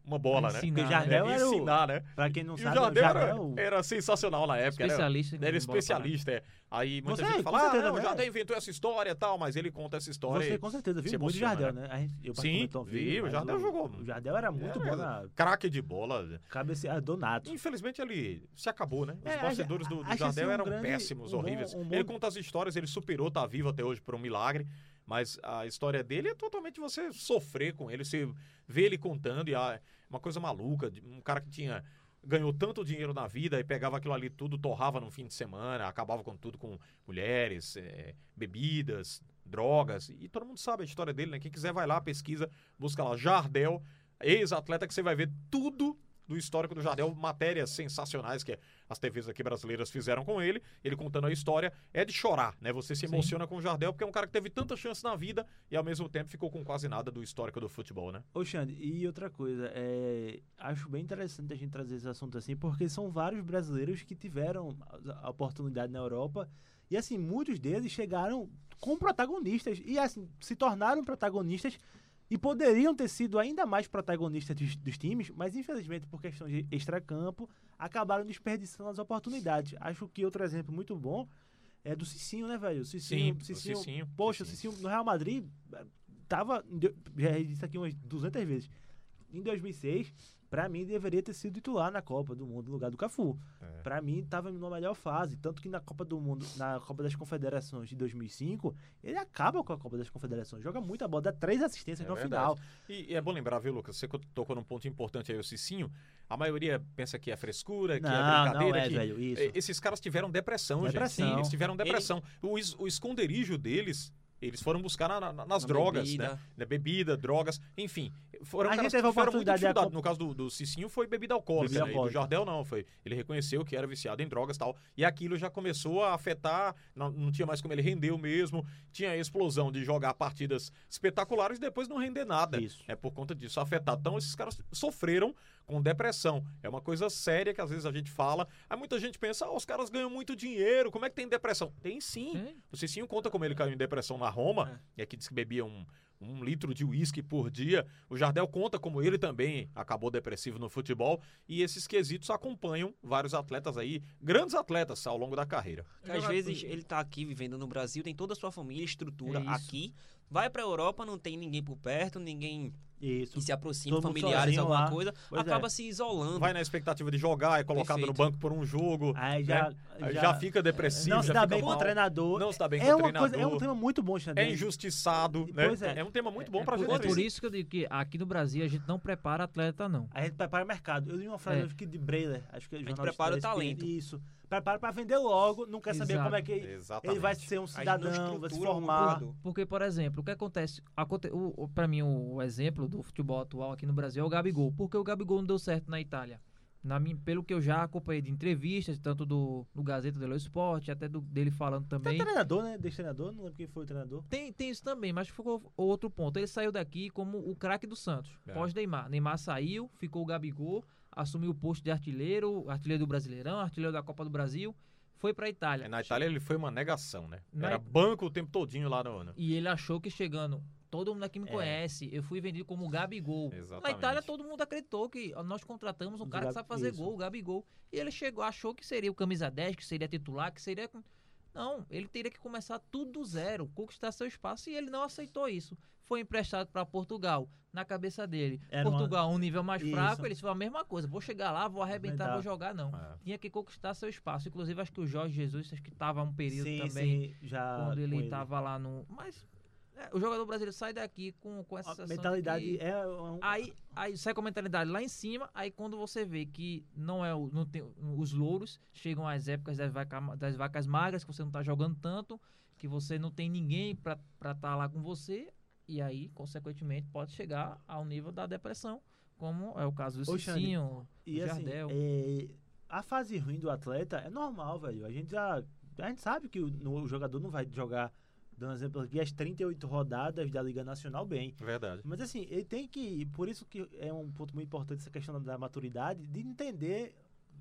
E: uma bola,
I: Pra
E: né?
I: ensinar,
E: Porque
F: né? Jardel
E: é,
F: era o-
E: ensinar, né?
F: Pra quem não
E: E o
F: sabe,
E: Jardel,
F: o
E: era- é
F: Jardel.
E: era, sensacional na época, né?
I: especialista em
E: Ele era
I: bola parada.
E: especialista, é. Aí muita
F: Você,
E: gente
F: com
E: fala, ah,
F: certeza,
E: não, o
F: né?
E: Jardel inventou essa história e tal, mas ele conta essa história.
F: Você
E: e- é
F: com certeza
E: se
F: viu muito
E: emociona,
F: Jardel, né? A gente-
E: Sim,
F: Eu particularmente não vi,
E: vi, o
F: mas
E: Jardel
F: o-
E: jogou. É
F: O Jardel era muito
E: Era
F: bom na é,
E: Craque de bola.
F: cabeceada, Donato.
E: Infelizmente ele se acabou, né? Os
F: É,
E: bastidores do, do
F: acho assim,
E: Jardel
F: um
E: eram
F: grande-
E: péssimos,
F: um bom-
E: horríveis.
F: um bom-
E: Ele conta as histórias, ele superou, tá vivo até hoje por um milagre. Mas a história dele é totalmente você sofrer com ele, você vê ele contando e ah, uma coisa maluca, de um cara que tinha ganhou tanto dinheiro na vida e pegava aquilo ali tudo, torrava no fim de semana, acabava com tudo com mulheres, eh, bebidas, drogas. E todo mundo sabe a história dele, né? Quem quiser vai lá, pesquisa, busca lá Jardel, ex-atleta que você vai ver tudo do histórico do Jardel, matérias sensacionais que é as TVs aqui brasileiras fizeram com ele, ele contando a história, é de chorar, né? Você se emociona com o Jardel, porque é um cara que teve tanta chance na vida e ao mesmo tempo ficou com quase nada do histórico do futebol, né?
F: Ô, Xande, e outra coisa, é, acho bem interessante a gente trazer esse assunto assim, porque são vários brasileiros que tiveram a- a oportunidade na Europa, e assim, muitos deles chegaram com protagonistas, e assim, se tornaram protagonistas, e poderiam ter sido ainda mais protagonistas dos, dos times, mas infelizmente por questão de extracampo, acabaram desperdiçando as oportunidades. Acho que outro exemplo muito bom é do Cicinho, né, velho? Cicinho,
E: o
F: Cicinho,
E: Cicinho,
F: Poxa, o
E: Cicinho.
F: Cicinho no Real Madrid eh, tava. em do- Já disse aqui umas 200 vezes. Em 2006, Pra mim, deveria ter sido titular na Copa do Mundo no lugar do Cafu.
E: É.
F: Pra mim, tava numa melhor fase. Tanto que na Copa do Mundo, na Copa das Confederações de 2005, ele acaba com a Copa das Confederações. Joga muita bola, dá três assistências
E: É
F: no
E: verdade.
F: final.
E: E, e é bom lembrar, viu, Lucas? Você co- tocou num ponto importante aí, o Cicinho. A maioria pensa que é frescura, que é
F: Não,
E: brincadeira.
F: não é,
E: que-
F: velho. Isso.
E: Eh, Esses caras tiveram depressão,
F: Depressão.
E: gente. Eles tiveram depressão. O, es- o esconderijo deles, eles foram buscar na- na- nas drogas,
G: bebida.
E: né? Na bebida, drogas, enfim. Foram
F: A
E: caras
F: gente teve
E: que
F: a
E: tiveram muita
F: oportunidade de
E: dificuldade.
F: acom-
E: No caso do, do Cicinho foi bebida alcoólica,
F: Bebida
E: né? E
F: alcoólica.
E: do Jardel não, foi. Ele reconheceu que era viciado em drogas e tal. E aquilo já começou a afetar, não, não tinha mais como ele rendeu mesmo. Tinha a explosão de jogar partidas espetaculares e depois não render nada.
F: Isso.
E: É por conta disso afetado. Então esses caras sofreram com depressão. É uma coisa séria que às vezes a gente fala. Aí muita gente pensa, ah, os caras ganham muito dinheiro, como é que tem depressão? Tem sim.
I: Tem.
E: O Cicinho conta como ele caiu em depressão na Roma, e aqui diz que bebia um, um litro de uísque por dia. O Jardel conta como ele também acabou depressivo no futebol. E esses quesitos acompanham vários atletas aí, grandes atletas ao longo da carreira.
G: Porque às vezes ele tá aqui vivendo no Brasil, tem toda a sua família, estrutura
I: É isso.
G: aqui. Vai pra Europa, não tem ninguém por perto, ninguém
F: Isso.
G: que se aproxime,
F: Todo mundo
G: familiares,
F: sozinho
G: alguma
F: lá.
G: coisa.
F: Pois é.
G: acaba se isolando.
E: Vai na expectativa de jogar, é colocado no
G: Perfeito.
E: banco por um jogo.
F: Aí
E: né?
F: já,
E: Aí já, fica depressivo,
F: não se
E: já
F: dá
E: fica
F: bem com o
E: mal.
F: treinador.
E: Não se dá bem
F: é
E: com o
F: uma
E: treinador.
F: coisa, é um tema muito bom, Xandinho.
E: é injustiçado, né?
F: Pois é.
E: É um tema muito bom pra
I: é, por,
E: gente.
I: é por isso que eu digo que aqui no Brasil a gente não prepara atleta, não.
F: A gente prepara o mercado. Eu li uma frase
I: É.
F: acho que de Breiler, acho que é jornalista
G: prepara o
F: da ESPN,
G: talento.
F: Isso. Prepara pra vender logo, não quer saber
I: Exato.
F: como é que ele-
E: Exatamente.
F: ele vai ser um
G: Aí não
F: cidadão, vai se
G: estrutura o
E: Ah.
F: formar.
G: jogador.
I: Porque, por exemplo, o que acontece? aconte, o, o- pra mim, o, o exemplo do futebol atual aqui no Brasil é o Gabigol. Porque o Gabigol não deu certo na Itália. Na minha, pelo que eu já acompanhei de entrevistas, tanto do, do Gazeta dello Sport, até do- dele falando
F: Tem
E: Tá
I: também.
F: treinador, né? Desse treinador, não lembro quem foi o treinador.
I: Tem, tem isso também, mas ficou outro ponto. Ele saiu daqui como o craque do Santos,
E: É.
I: pós-Neymar. Neymar saiu, ficou o Gabigol, assumiu o posto de artilheiro, artilheiro do Brasileirão, artilheiro da Copa do Brasil, foi pra Itália.
E: É, Na Itália ele foi uma negação, né?
I: Na
E: Era
I: It-
E: banco o tempo todinho lá no ano.
I: E ele achou que chegando, todo mundo
F: É.
I: aqui me conhece, eu fui vendido como o Gabigol.
E: Exatamente.
I: Na Itália todo mundo acreditou que nós contratamos um
F: Do
I: cara
F: Gabi-
I: que sabe fazer
F: isso.
I: gol, o Gabigol. E ele chegou, achou que seria o camisa 10, que seria titular, que seria Não, ele teria que começar tudo do zero, conquistar seu espaço e ele não aceitou isso. Foi emprestado para Portugal, na cabeça dele.
F: Era uma-
I: Portugal, um nível mais
F: Isso.
I: fraco, ele foi a mesma coisa. Vou chegar lá, vou arrebentar,
F: Arrebentar.
I: vou jogar, não.
E: É.
I: Tinha que conquistar seu espaço. Inclusive, acho que o Jorge Jesus, acho que estava um período
F: sim,
I: também
F: sim, já
I: quando
F: com
I: ele estava lá no. Mas é, o jogador brasileiro sai daqui com, com essa
F: A
I: sensação de
F: mentalidade
I: que-
F: é um...
I: Aí, aí sai com a mentalidade lá em cima, aí quando você vê que não é o- não tem, os louros, chegam as épocas das, vaca, das vacas magras, que você não tá jogando tanto, que você não tem ninguém pra estar lá com você, e aí, consequentemente, pode chegar ao nível da depressão, como é o caso do
F: Ô, Xande,
I: Cicinho, do
F: E assim,
I: Jardel.
F: é, a fase ruim do atleta é normal, velho. A gente já. A gente sabe que o, no- o jogador não vai jogar, dando exemplo aqui, as 38 rodadas da Liga Nacional bem.
E: Verdade.
F: Mas assim, ele tem que. Por isso que é um ponto muito importante essa questão da maturidade, de entender,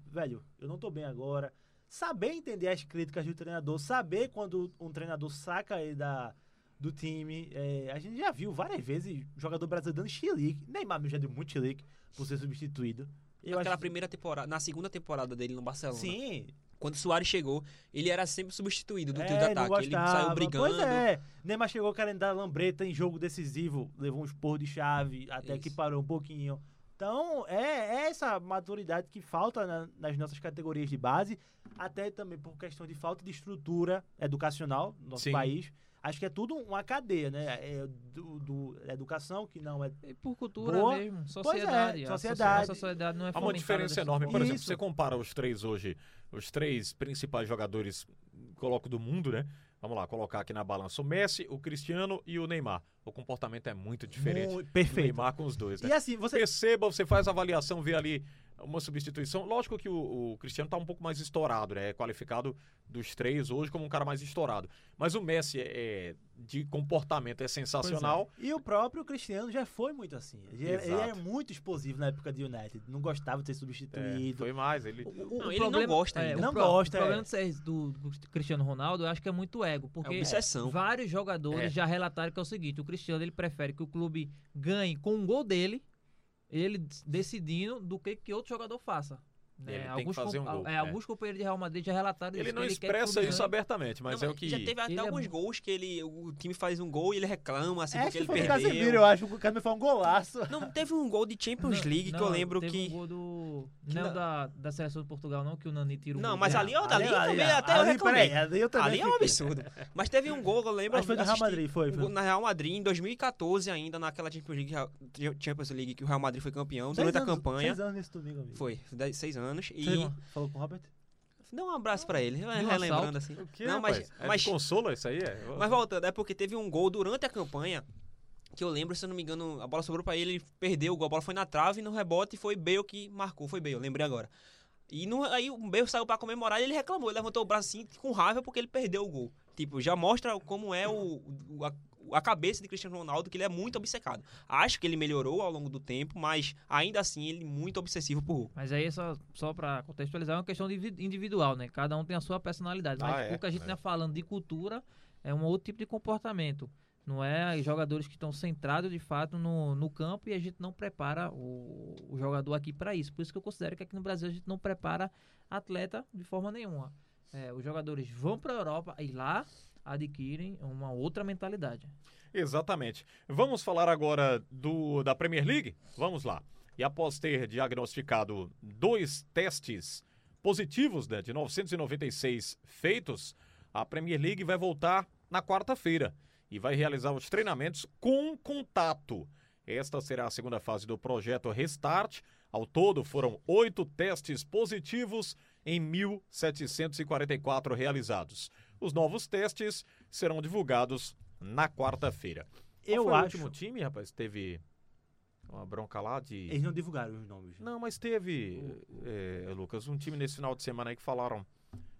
F: velho, eu não tô bem agora. Saber entender as críticas do treinador, saber quando um treinador saca ele da, do time. É, a gente já viu várias vezes jogador brasileiro dando chilique. Neymar mesmo já deu muito chilique por ser substituído. Eu
G: Naquela
F: acho que-
G: primeira temporada, na segunda temporada dele no Barcelona.
F: Sim,
G: Quando o Soares chegou, ele era sempre substituído do
F: é,
G: trio de
F: ele
G: ataque. Ele
F: gostava.
G: saiu brigando.
F: Pois é, Neymar chegou querendo dar lambreta em jogo decisivo, levou um esporro de chave, até que
G: Isso.
F: parou um pouquinho. Então, é, é essa maturidade que falta na- nas nossas categorias de base, até também por questão de falta de estrutura educacional no nosso
E: Sim.
F: país. Acho que é tudo uma cadeia, né? É do, do- da educação, que não é
I: E por cultura
F: Boa.
I: mesmo,
F: Pois é,
I: sociedade. a
F: sociedade.
I: sociedade. A sociedade não é
E: Há uma
I: fomentada
E: diferença
I: dessa
E: enorme. Por
I: forma.
E: exemplo,
F: Isso.
E: você compara os três hoje, os três principais jogadores, coloco do mundo, né? Vamos lá, colocar aqui na balança o Messi, o Cristiano e o Neymar. O comportamento é muito diferente.
F: muito
E: do
F: perfeito.
E: Neymar com os dois, né?
F: E assim, você
E: Perceba, você faz a avaliação, vê ali uma substituição. Lógico que o, o Cristiano tá um pouco mais estourado, né? É qualificado dos três hoje como um cara mais estourado. Mas o Messi é, é- de comportamento é sensacional.
F: E o próprio Cristiano já foi muito assim. Ele, era- ele
E: Exato.
F: era muito explosivo na época de United. Não gostava de ser
E: É,
F: substituído.
E: foi mais, ele
G: Não, ele não gosta
I: é,
G: ainda.
I: o
F: Não
I: pro-
F: gosta,
I: O
F: é.
I: problema do Sérgio- do, do Cristiano Ronaldo, eu acho que é muito ego. Porque
G: obsessão.
I: vários jogadores
E: É.
I: já relataram que é o seguinte: o Cristiano ele prefere que o clube ganhe com um gol dele, ele des- decidindo, do que que outro jogador faça. né?
E: Ele tem que
I: alguns
E: fazer um
I: com-
E: gol,
I: é,
E: é.
I: alguns companheiros de Real Madrid já relataram
E: Ele
I: isso,
E: não
I: que quer que
E: expressa
I: tudo
E: isso
I: ganhe.
E: abertamente, mas
G: né? Não,
E: é o que.
G: Já teve até
I: Ele é
G: alguns
I: mu-
G: gols que ele, o time faz um gol e ele reclama, assim,
F: Essa
G: porque ele
F: foi do
G: perdeu.
F: Casemiro, eu acho. que O Casemiro foi um golaço.
G: Não, teve um gol de Champions
I: Não,
G: League que eu
I: não,
G: lembro
I: teve
G: que.
I: Um gol do,
G: que
I: não
G: na-
I: da, da seleção de Portugal, não, que o Nani tirou.
G: Não, mas ali, ó, dali
F: Ali, ali,
G: também
F: ali,
G: até eu
F: ali,
G: reclamei.
F: peraí, ali eu também
G: Ali é um
F: fiquei.
G: absurdo. Mas teve um gol, eu lembro.
F: Acho que foi do Real
G: assisti
F: Madrid, foi,
G: um
F: foi.
G: gol Na Real Madrid, em 2014 ainda, naquela Champions League, Champions League que o Real Madrid foi campeão,
F: Seis
G: durante a
F: anos-
G: campanha.
F: Seis anos nesse domingo, amigo.
G: Foi, dez- seis anos. E
F: Seis anos. Falou com o Robert?
G: dá um abraço pra ele, vai
I: um
G: relembrando assim.
E: O quê,
G: Não, mas-
E: rapaz? É
G: mas-
E: de consolo isso aí? É?
G: Mas voltando, é porque teve um gol durante a campanha que eu lembro, se eu não me engano, a bola sobrou pra ele, ele perdeu o gol, a bola foi na trave, no rebote foi Bale que marcou, foi Bale, lembrei agora. E no- aí o Bale saiu pra comemorar e ele reclamou, ele levantou o braço assim, com raiva porque ele perdeu o gol. Tipo, já mostra como é o, o- a, a cabeça de Cristiano Ronaldo, que ele é muito obcecado. Acho que ele melhorou ao longo do tempo, mas ainda assim ele é muito obsessivo por gol.
I: Mas aí, é só, só pra contextualizar, é uma questão de vi- individual, né? Cada um tem a sua personalidade. Mas
E: Ah, é,
I: o que a gente
E: né?
I: tá falando de cultura é um outro tipo de comportamento. Não é jogadores que estão centrados de fato no, no campo e a gente não prepara o, o jogador aqui pra isso. Por isso que eu considero que aqui no Brasil a gente não prepara atleta de forma nenhuma. É, os jogadores vão pra Europa e lá adquirem uma outra mentalidade.
E: Exatamente. Vamos falar agora do da Premier League? Vamos lá. E após ter diagnosticado dois testes positivos né, de 996 feitos, a Premier League vai voltar na quarta-feira e vai realizar os treinamentos com contato. Esta será a segunda fase do projeto Restart. Ao todo, foram oito testes positivos em 1.744 realizados. Os novos testes serão divulgados na quarta-feira. Qual
F: Eu
E: foi
F: acho-
E: O último time, rapaz, teve uma bronca lá de.
F: Eles não divulgaram os nomes.
E: Não, mas teve, é, Lucas, um time nesse final de semana aí que falaram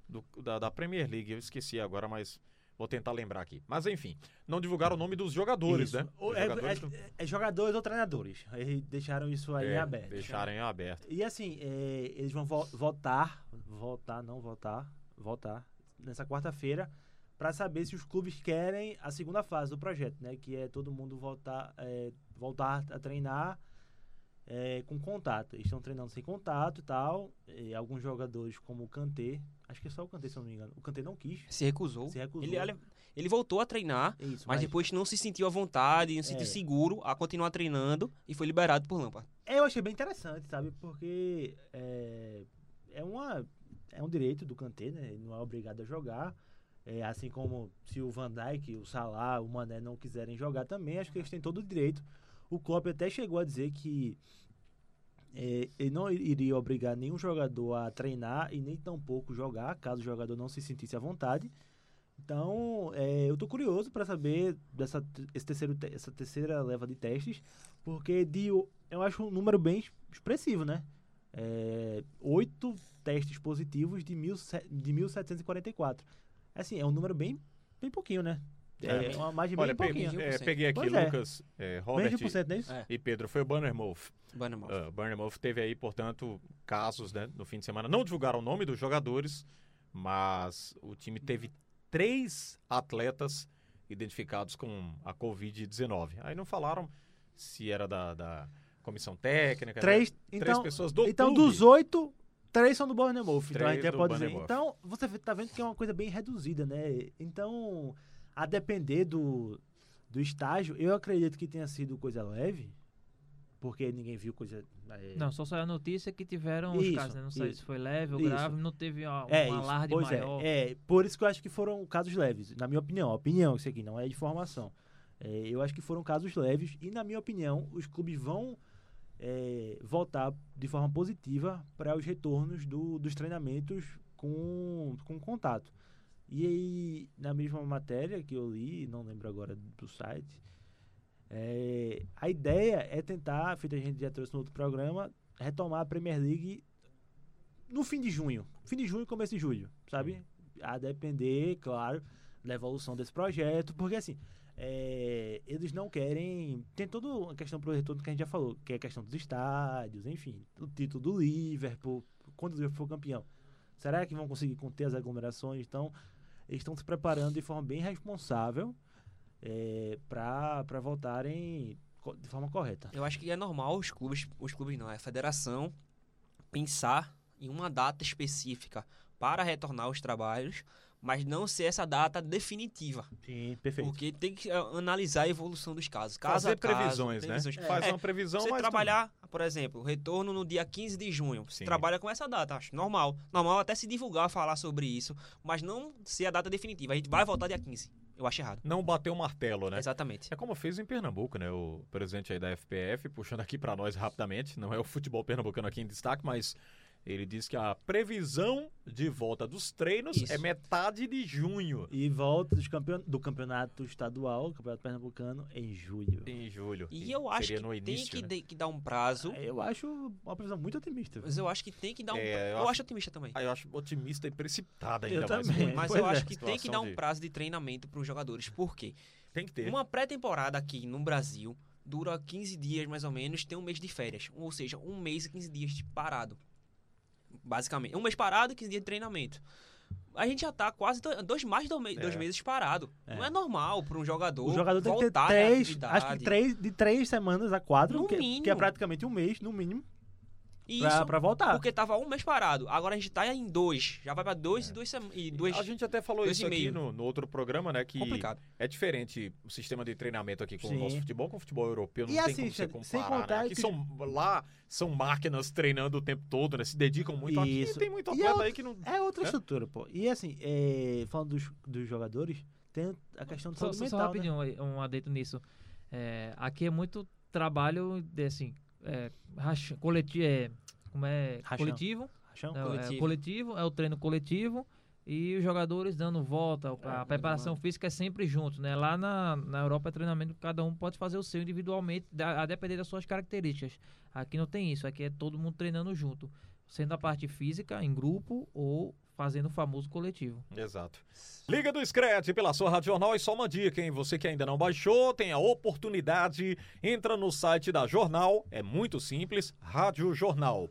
E: do- da, da Premier League. Eu esqueci agora, mas vou tentar lembrar aqui. Mas enfim, não divulgaram o nome dos jogadores,
F: Isso.
E: né?
F: Ou
E: Os
F: é-
E: jogadores
F: é-
E: não-
F: é jogadores ou treinadores. Eles deixaram isso aí
E: é,
F: aberto. né?
E: Deixaram em aberto.
F: E assim, é, eles vão vo- votar, votar, não votar, votar nessa quarta-feira para saber se os clubes querem a segunda fase do projeto, né? Que é todo mundo voltar, é, voltar a treinar é, com contato. Eles estão treinando sem contato e tal. E alguns jogadores, como o Kanté, acho que é só o Kanté, se eu não me engano. O Kanté não quis.
G: Se recusou.
F: Se recusou.
G: Ele, ele voltou a treinar,
F: É Isso,
G: mas depois não se sentiu à vontade, não se sentiu
F: É.
G: seguro a continuar treinando e foi liberado por Lampard.
F: É, Eu achei bem interessante, sabe? Porque é, é, uma, é um direito do Kanté, né? Ele não é obrigado a jogar. É, assim como se o Van Dijk, o Salah, o Mané não quiserem jogar também, acho que eles têm todo o direito. O Klopp até chegou a dizer que é, ele não iria obrigar nenhum jogador a treinar e nem tampouco jogar, caso o jogador não se sentisse à vontade. Então, é, eu tô curioso para saber dessa esse terceiro, te- essa terceira leva de testes, porque de o- eu acho um número bem ex- expressivo, né? É, Oito testes positivos de, mil, se- de 1.744. Assim, é um número bem, bem pouquinho, né? É,
E: É.
F: uma margem bem
E: Olha, pe-
F: pouquinha.
E: é, peguei aqui,
F: Pois é.
E: Lucas, é,
F: Bem
E: Robert
F: de porcento, não é isso?
G: É.
E: e Pedro. Foi o Bannermouth.
G: Bannerman.
E: Uh, Bournemouth teve aí, portanto, casos né, no fim de semana. Não divulgaram o nome dos jogadores, mas o time teve três atletas identificados com a Covid-19. Aí não falaram se era da, da comissão técnica.
F: Três,
E: né?
F: então,
E: três pessoas do
F: Então,
E: clube.
F: dos oito, três são do Bournemouth. Então, a
E: Três
F: gente
E: do
F: pode dizer.
E: Bournemouth.
F: Então, você vê- tá vendo que é uma coisa bem reduzida, né? Então, a depender do, do estágio, eu acredito que tenha sido coisa leve, porque ninguém viu coisa... é,
I: Não, só saiu a notícia que tiveram os
F: Isso,
I: casos, né? Não saiu
F: isso.
I: se foi leve ou
F: Isso.
I: grave, não teve ó, um
F: é, isso.
I: alarde
F: pois é,
I: maior.
F: é, por isso que eu acho que foram casos leves, na minha opinião. Opinião, isso aqui não é de formação. É, eu acho que foram casos leves e, na minha opinião, os clubes vão é, voltar de forma positiva para os retornos do- dos treinamentos com, com contato. E aí, na mesma matéria que eu li, não lembro agora do site, é, a ideia é tentar, feito a gente já trouxe no outro programa, retomar a Premier League no fim de junho. Fim de junho, começo de julho, sabe? A depender, claro, da evolução desse projeto, porque assim, é, eles não querem. Tem toda uma questão pro retorno que a gente já falou, que é a questão dos estádios, enfim, o título do Liverpool, quando o Liverpool for campeão. Será que vão conseguir conter as aglomerações? Então, eles estão se preparando de forma bem responsável é, para voltarem co- de forma correta.
G: Eu acho que é normal os clubes, os clubes não, é a federação pensar em uma data específica para retornar aos trabalhos, mas não ser essa data definitiva.
K: Sim, perfeito.
G: Porque tem que eh, analisar a evolução dos casos. Caso
E: Fazer
G: a caso,
E: previsões, né?
G: previsões.
E: Faz
G: É,
E: uma previsão,
G: você
E: mas...
G: trabalhar, por exemplo, retorno no dia 15 de junho. Você
E: Sim.
G: trabalha com essa data, acho normal. Normal até se divulgar, falar sobre isso, mas não ser a data definitiva. A gente vai voltar dia 15. Eu acho errado.
E: Não bater o martelo, né?
G: Exatamente.
E: É como fez em Pernambuco, né? O presidente aí da FPF, puxando aqui pra nós rapidamente, não é o futebol pernambucano aqui em destaque, mas ele diz que a previsão de volta dos treinos
G: Isso.
E: é metade de junho.
K: E volta dos campeon- do campeonato estadual, campeonato pernambucano, em julho.
E: Em julho.
G: E eu acho
E: Seria
G: que
E: no
G: tem
E: início,
G: que,
E: né?
G: de- que dar um prazo.
K: É, Eu acho uma previsão muito otimista.
G: Mas eu acho que tem que dar um.
E: É,
G: pra-
E: eu
G: eu,
E: acho-
G: acho otimista também.
E: Ah, eu acho otimista e precipitada ainda
K: Eu
E: mais.
K: também.
G: Mas
K: Pois
G: eu
K: é.
G: acho que tem que
E: Situação
G: dar um
E: de-
G: prazo de treinamento para os jogadores. Por quê?
E: Tem que ter.
G: Uma pré-temporada aqui no Brasil dura 15 dias mais ou menos, tem um mês de férias. Ou seja, um mês e 15 dias de parado. Basicamente. Um mês parado e 15 dias de treinamento. A gente já tá quase do- dois, mais de
E: É.
G: dois meses parado. Não é normal para um jogador.
K: O jogador tem que ter
G: voltar à
K: três,
G: atividade.
K: acho que três, de três semanas a quatro,
G: No
K: que,
G: mínimo.
K: que é praticamente um mês, no mínimo,
G: Isso,
K: pra, pra voltar.
G: porque tava um mês parado. Agora a gente tá em dois. Já vai para
K: É.
G: dois e duas sema- e duas.
E: A gente até falou
G: dois
E: isso
G: e
E: aqui
G: meio.
E: no, no outro programa, né? Que
G: Complicado.
E: é diferente o sistema de treinamento aqui com o
K: Sim.
E: nosso futebol, com o futebol europeu. Não
K: E
E: tem
K: assim,
E: como você
K: Xande,
E: comparar,
K: sem
E: né?
K: contar
E: Aqui
K: que-
E: são, lá são máquinas treinando o tempo todo, né? Se dedicam muito. Aqui
K: Isso.
E: tem muito
K: E
E: atleta
K: é
E: aí que não...
K: É outra
E: É?
K: estrutura, pô. E assim, é, falando dos, dos jogadores, tem a questão de
I: Só,
K: saúde
I: só, só
K: mental, né?
I: rapidinho um um adendo nisso. É, aqui é muito trabalho de, assim, é, coletivo, é, como é?
K: Rachão.
I: Coletivo.
K: Rachão?
I: É, o- É,
G: Coletivo.
I: o coletivo, é o treino coletivo e os jogadores dando volta. A preparação física é sempre junto, né? Lá na, na Europa é treinamento que cada um pode fazer o seu individualmente, da- a depender das suas características. Aqui não tem isso, aqui é todo mundo treinando junto, sendo a parte física em grupo ou fazendo o famoso coletivo.
E: Exato. Liga do Scratch pela sua Rádio Jornal e só uma dica, hein? Você que ainda não baixou, tem a oportunidade, entra no site da Jornal, é muito simples,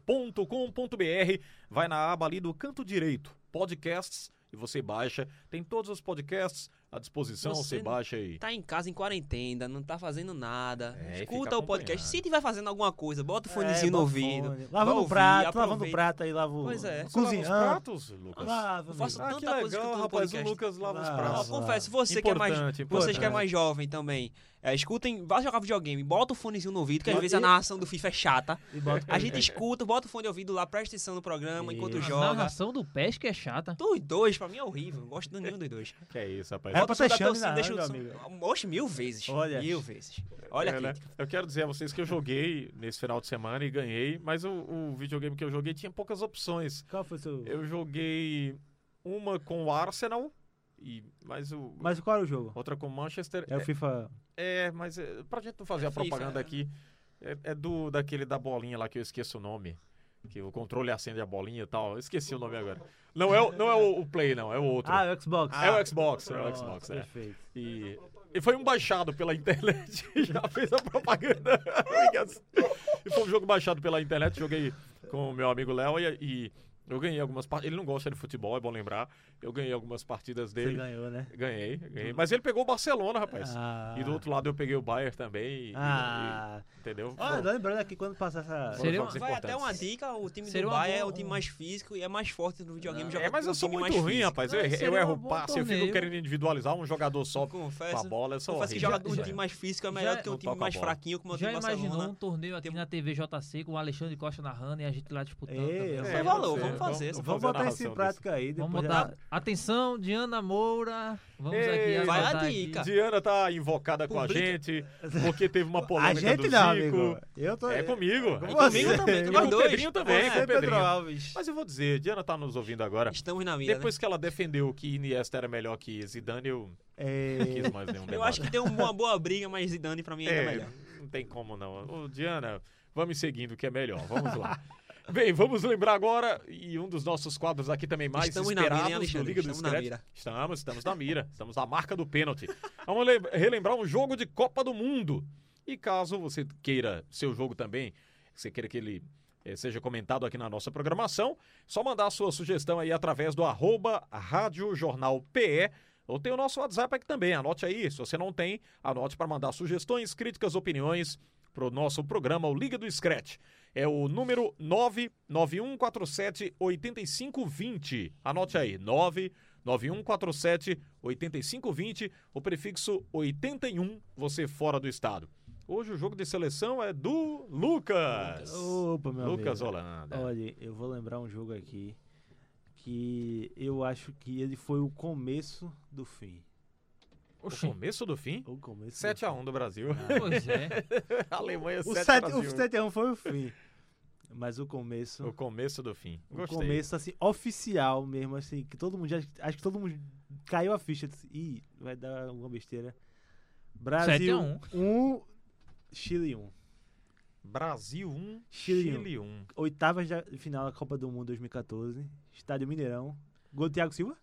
E: radiojornal.com.br, vai na aba ali do canto direito, podcasts, e você baixa, tem todos os podcasts à disposição, você,
G: Você
E: baixa aí.
G: Tá em casa em quarentena, não tá fazendo nada.
E: É, e fica
G: Escuta o podcast.
E: acompanhando.
G: Se tiver fazendo alguma coisa, bota o fonezinho
K: É,
G: no
K: bota
G: ouvido.
K: fone.
G: Vai
K: Lavando o
G: ouvir,
K: prato, lavando o
G: aproveita.
K: prato, aí lavo.
G: Pois é. Você
E: Você lava os
K: Cozinhando.
E: pratos, Lucas?
K: Lava,
G: Eu faço
K: amigo.
E: Ah, que
G: tanta coisa
E: legal,
G: escutando
E: rapaz, o
G: podcast.
E: Lucas lava os
K: Ah,
G: Ó,
E: pratos.
K: vá.
G: confesso, você que é mais.
E: Importante,
G: Vocês que é
E: importante.
G: mais jovem também, é, escutem, vá jogar videogame, bota o fonezinho no ouvido, que às
K: Bota-
G: vezes a narração do FIFA é chata.
K: E bota-
G: A gente escuta, bota o fone de ouvido lá, presta atenção no programa enquanto
K: Isso.
I: A
G: joga.
I: narração do pesca é chata.
G: Dos dois, pra mim é horrível, não gosto de nenhum dos dois.
E: Que é isso, rapaz.
K: É pra
G: Bota o som da
K: ter chame
E: né,
G: torcida,
K: na
G: deixa o
K: rádio,
G: som. Oxe, mil vezes.
K: Olha.
G: Mil vezes. Olha
E: É,
G: aqui.
E: né? Eu quero dizer a vocês que eu joguei nesse final de semana e ganhei, mas o, o videogame que eu joguei tinha poucas opções.
K: Qual foi o seu.
E: Eu joguei uma com o Arsenal, e, mas o.
K: Mas qual era o jogo?
E: Outra com o Manchester.
K: É o FIFA.
E: É, é, mas é, pra gente não fazer a
G: FIFA,
E: propaganda
G: é.
E: aqui, é, é do daquele da bolinha lá que eu esqueço o nome. Que o controle acende a bolinha e tal. Eu esqueci o nome agora. Não é, o- não é o, o Play, não, é o outro.
K: Ah, é o Xbox.
E: é o Xbox, é o
K: Pronto,
E: Xbox, é.
K: Perfeito.
E: E, e foi um baixado pela internet. Já fez a propaganda. e foi um jogo baixado pela internet. Joguei com o meu amigo Léo e, e eu ganhei algumas partidas. Ele não gosta de futebol, é bom lembrar. Eu ganhei algumas partidas
K: Você
E: dele.
K: ganhou, né?
E: Ganhei, ganhei. Mas ele pegou o Barcelona, rapaz.
K: Ah.
E: E do outro lado eu peguei o Bayern também. e-
K: Ah.
E: e- entendeu?
K: Ah,
E: Bom,
K: lembrando aqui quando passar essa.
E: foram
I: Seria
E: jogos
G: Vai
E: importantes.
G: até uma dica, o time
I: Seria
G: do
I: uma
G: Bahia é
I: boa-
G: o time mais físico e é mais forte no videogame. joga
E: É, mas
G: com
E: eu
G: um
E: sou
G: time
E: muito
G: mais
E: ruim,
G: físico.
E: rapaz. Eu,
I: Não,
E: eu
I: seria
E: erro o
I: um bom
E: passe, eu fico
I: torneio.
E: querendo individualizar um jogador só com a
G: Confesso.
E: bola. Eu sou
G: Confesso que
E: horrível.
G: joga com um
E: É.
G: time mais físico é
I: Já-
G: melhor do que um
E: Não
G: time
E: toca a
G: mais
E: bola.
G: fraquinho, como o
I: Já
G: time
I: imaginou um
G: Barcelona.
I: torneio aqui
G: Tem-
I: na TV JC com o Alexandre Costa narrando e a gente lá disputando?
K: Ei,
I: também?
K: eu
E: É,
K: Só
E: pode
G: valor,
E: ser.
G: vamos fazer.
K: Vamos
E: a
K: botar isso
E: narração
K: em
E: disso.
K: prática aí. Depois
I: Vamos
K: já-
I: botar. Atenção, Diana Moura. Vamos
E: Ei,
I: aqui.
G: vai a
I: anotar aqui.
G: dica.
E: Diana tá invocada com a
G: Publica.
E: gente, porque teve uma
K: A
E: polêmica do
K: gente
E: Zico.
K: não, amigo. Eu tô.
E: É comigo. É
K: com
E: comigo
K: você.
E: também.
G: Com
E: E
G: nós
E: com o
G: dois.
E: Pedrinho também. com
G: Você,
E: o
K: Pedro
E: Pedrinho.
K: Alves.
E: Mas eu vou dizer, Diana tá nos ouvindo agora.
G: Estamos na mira, né?
E: Depois que ela defendeu que Iniesta era melhor que Zidane, eu
K: É,
E: não quis mais nenhum
G: Eu acho que
E: debate.
G: tem uma boa briga, mas Zidane pra mim ainda é
E: É,
G: melhor.
E: não tem como não. Ô, Diana, vamos seguindo que é melhor. Vamos lá. Bem, vamos lembrar agora, e um dos nossos quadros aqui também mais
G: Estamos na mira, hein,
E: esperados do
G: Alexandre?
E: Liga do
G: Estamos na
E: Scratch.
G: mira.
E: Estamos, estamos na mira. Estamos na marca do pênalti. Vamos lem- relembrar um jogo de Copa do Mundo. E caso você queira seu jogo também, você queira que ele eh, seja comentado aqui na nossa programação, só mandar a sua sugestão aí através do arroba Rádio Jornal PE. Ou tem o nosso WhatsApp aqui também, anote aí. Se você não tem, anote para mandar sugestões, críticas, opiniões pro nosso programa, o Liga do Scratch. É o número 99147 8520. Anote aí, 99147 8520, o prefixo 81, você fora do estado. Hoje o jogo de seleção é do Lucas.
F: Opa, meu
E: Lucas
F: amigo.
E: Holanda.
F: Olha, eu vou lembrar um jogo aqui que eu acho que ele foi o começo do fim.
E: O começo do fim?
F: O começo. do
E: 7x1 do Brasil.
I: Pois é.
E: Alemanha
F: O
E: 7
F: sete-
E: Brasil.
F: o 7 a 1 foi o fim. Mas o começo.
E: um. O começo do fim.
F: o
E: Gostei.
F: começo, assim, oficial mesmo, assim, que todo mundo já. Acho que todo mundo caiu a ficha. Disse, Ih, vai dar alguma besteira. Brasil
I: 7
F: 1, Chile 1.
E: Brasil 1,
F: Chile um.
E: Chile 1.
F: Oitavas de final da Copa do Mundo 2014. Estádio Mineirão. Gol do Thiago Silva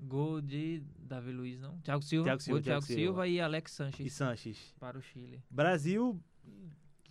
I: Gol de Davi Luiz, não? Thiago Silva.
F: Thiago Silva,
I: Gol de Thiago,
F: Thiago
I: Silva,
F: Silva.
I: e Alex Sanches
F: e Sanches.
I: para o Chile.
F: Brasil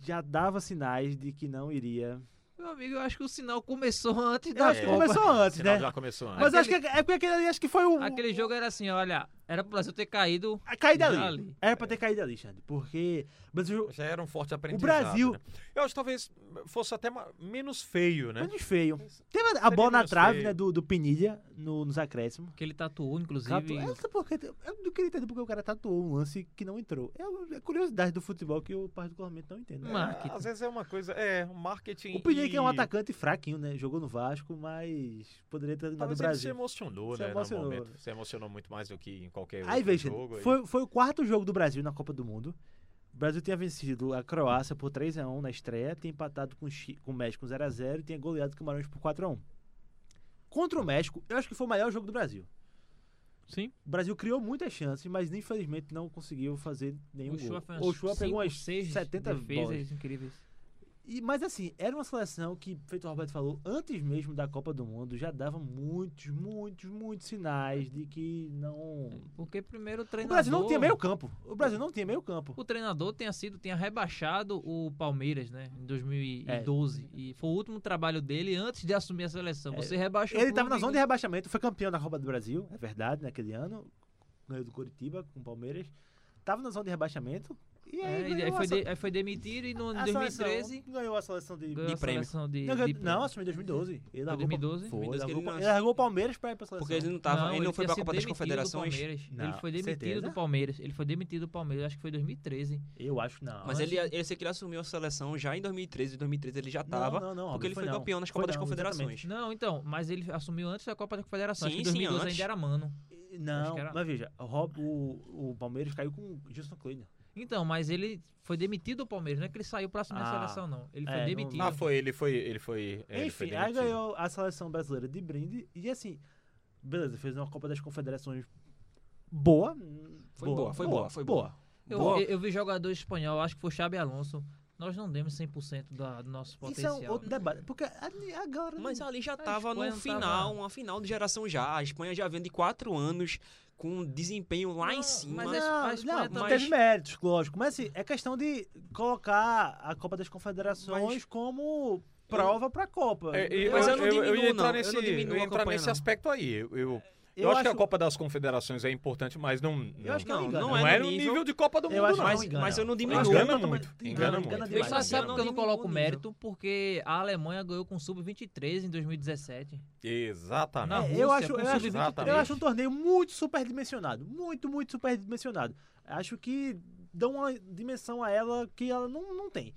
F: já dava sinais de que não iria.
I: Meu amigo, eu acho que o sinal começou antes
F: Eu
I: da
F: acho que
I: Copa.
F: começou antes,
E: Sinal
F: né?
E: já começou antes.
F: Mas eu acho que é porque aquele ali acho que foi o.
I: Aquele jogo era assim, olha, era pro Brasil ter caído.
F: A caída
I: Já
F: ali.
I: ali.
F: Era pra ter caído ali, Xande. Porque. o Brasil
E: Já era um forte
F: o
E: aprendizado.
F: Brasil.
E: né? Eu acho que talvez fosse até ma- menos feio, né?
F: Menos feio. Teve a- a bola na
E: menos
F: trave,
E: feio.
F: né? Do, do Pinilha no, nos acréscimos.
I: Que ele tatuou, inclusive.
F: Tatu... Eu, não sei por quê, eu não queria entender porque o cara tatuou um lance que não entrou. É a curiosidade do futebol que eu particularmente não entendo. né?
I: Marketing.
E: Às vezes é uma coisa. É, um marketing.
F: O Pinilha
E: e-
F: que é um atacante fraquinho, né? Jogou no Vasco, mas poderia ter ido no
E: Talvez ele se
F: Brasil.
E: emocionou,
F: Se
E: né?
F: emocionou.
E: No momento. Se emocionou muito mais do que em qualquer
F: Aí,
E: outro
F: veja,
E: jogo. aí.
F: foi, foi o quarto jogo do Brasil na Copa do Mundo. O Brasil tinha vencido a Croácia por 3x1 na estreia, tinha empatado com, o Chi- com o México 0x0 e tinha goleado o Camarões por 4x1. Contra o México, eu acho que foi o maior jogo do Brasil.
I: Sim.
F: O Brasil criou muitas chances, mas infelizmente não conseguiu fazer nenhum
I: o Chua
F: um gol.
I: foi
F: O Chua pegou umas 70
I: 70
F: bolas.
I: defesas incríveis.
F: E, mas assim, era uma seleção que, feito o Roberto falou, antes mesmo da Copa do Mundo, já dava muitos, muitos, muitos sinais de que não.
I: Porque primeiro o
F: O
I: treinador.
F: Brasil não tinha meio campo. O Brasil não tinha meio campo.
I: O treinador tenha sido, tenha rebaixado o Palmeiras, né? Em 2012.
F: É.
I: E foi o último trabalho dele antes de assumir a seleção. Você rebaixou
F: Ele
I: o
F: tava na
I: clube
F: zona de rebaixamento, foi campeão da Copa do Brasil, é verdade, naquele ano. Ganhou do Curitiba com o Palmeiras. Tava na zona de rebaixamento. E aí,
I: É, e
F: ganhou
I: aí,
F: a
I: foi
F: se-
I: de- aí foi demitido e no
F: a
I: ano de 2013
F: seleção- ganhou a seleção de.
I: ganhou a
G: prêmio.
I: seleção
F: não,
I: de, de
F: ganhou, não,
I: prêmio.
F: assumiu em 2012. Ele largou, Foi,
I: 2012?
G: 2012 que
F: largou,
G: ele
F: pa-
G: não-
F: ele largou o Palmeiras pra ir pra seleção.
G: Porque ele não tava. ele, não foi pra Copa
I: tinha sido
G: das
I: demitido do
G: Confederações.
I: Palmeiras.
F: Não,
I: ele foi demitido
F: certeza?
I: do Palmeiras. Ele foi demitido do Palmeiras, acho que foi em 2013.
F: Eu acho que não.
G: Mas
F: Eu
G: ele, ele, eu sei que ele assumiu a seleção já em 2013. Em 2013 ele já
F: Não,
G: tava.
F: não, não, Alves,
G: porque ele
F: foi
G: foi,
F: não.
G: campeão nas
F: Foi
G: Copas das
F: não,
G: Confederações.
I: Não, então, mas ele assumiu antes da Copa da Confederação. acho
G: Sim,
I: que em
G: sim,
I: 2012
G: antes.
I: ainda era mano. Acho
F: Não,
I: que era-
F: mas veja, o, Rob- o- o Palmeiras caiu com o Gilson Kleiner.
I: Então, mas ele foi demitido do Palmeiras, não é que ele saiu pra assumir a
F: Ah,
I: seleção, não. Ele foi
F: é, não-
I: demitido.
E: Ah, foi, ele foi. Ele foi é, ele foi
F: Enfim, aí
E: demitido.
F: ganhou a seleção brasileira de brinde e assim, beleza, fez uma Copa das Confederações boa.
G: Foi boa, foi boa, foi
I: eu,
F: boa.
I: eu- eu vi jogador espanhol, acho que foi Xabi Alonso. Nós não demos 100% da- do nosso
F: Isso é
I: potencial.
F: um outro debate, porque ali agora
G: Mas ali já tava
I: Espanha
G: no
I: não
G: final,
I: tava-
G: uma final de geração já. A Espanha já vem de quatro anos com um desempenho lá
I: Não,
G: em cima.
I: mas
F: não, é-
I: a
F: não,
I: Espanha
F: não,
G: é
I: também-
F: teve méritos, lógico, mas assim, é questão de colocar a Copa das Confederações como prova pra Copa.
E: É, e-
G: Mas
E: eu,
G: eu não
E: eu- eu
G: diminuo,
E: ia entrar
G: não. Eu
E: nesse,
G: não diminuo
E: ia
G: a
E: entrar
G: campanha,
E: nesse
G: não.
E: aspecto aí. Eu, eu,
F: Eu
E: eu acho que a
F: acho-
E: Copa das Confederações é importante, mas não. não-
F: acho que
G: não,
F: engano.
G: não
E: não
G: é
E: é
G: no
E: no nível,
G: nível
E: de Copa do
F: Eu
E: Mundo,
F: acho
E: não.
F: que
G: mas,
F: engana.
G: mas eu não
F: engana
G: diminuo.
E: engana
F: também.
E: muito.
F: Engana,
E: Engana
F: engana
E: muito.
F: demais. né?
I: Eu
G: Mas
I: só
G: assim,
I: sabe
G: eu
I: que eu
G: não
I: não coloco
G: diminuo o
I: mérito porque a Alemanha ganhou com o Sub-23 em 2017.
E: Exatamente.
I: Na
F: É,
I: Rússia,
F: eu acho,
I: com
F: eu, acho,
E: sub-23.
F: eu acho um torneio muito superdimensionado. Muito, muito superdimensionado. Acho que dá uma dimensão a ela que ela não, não tem.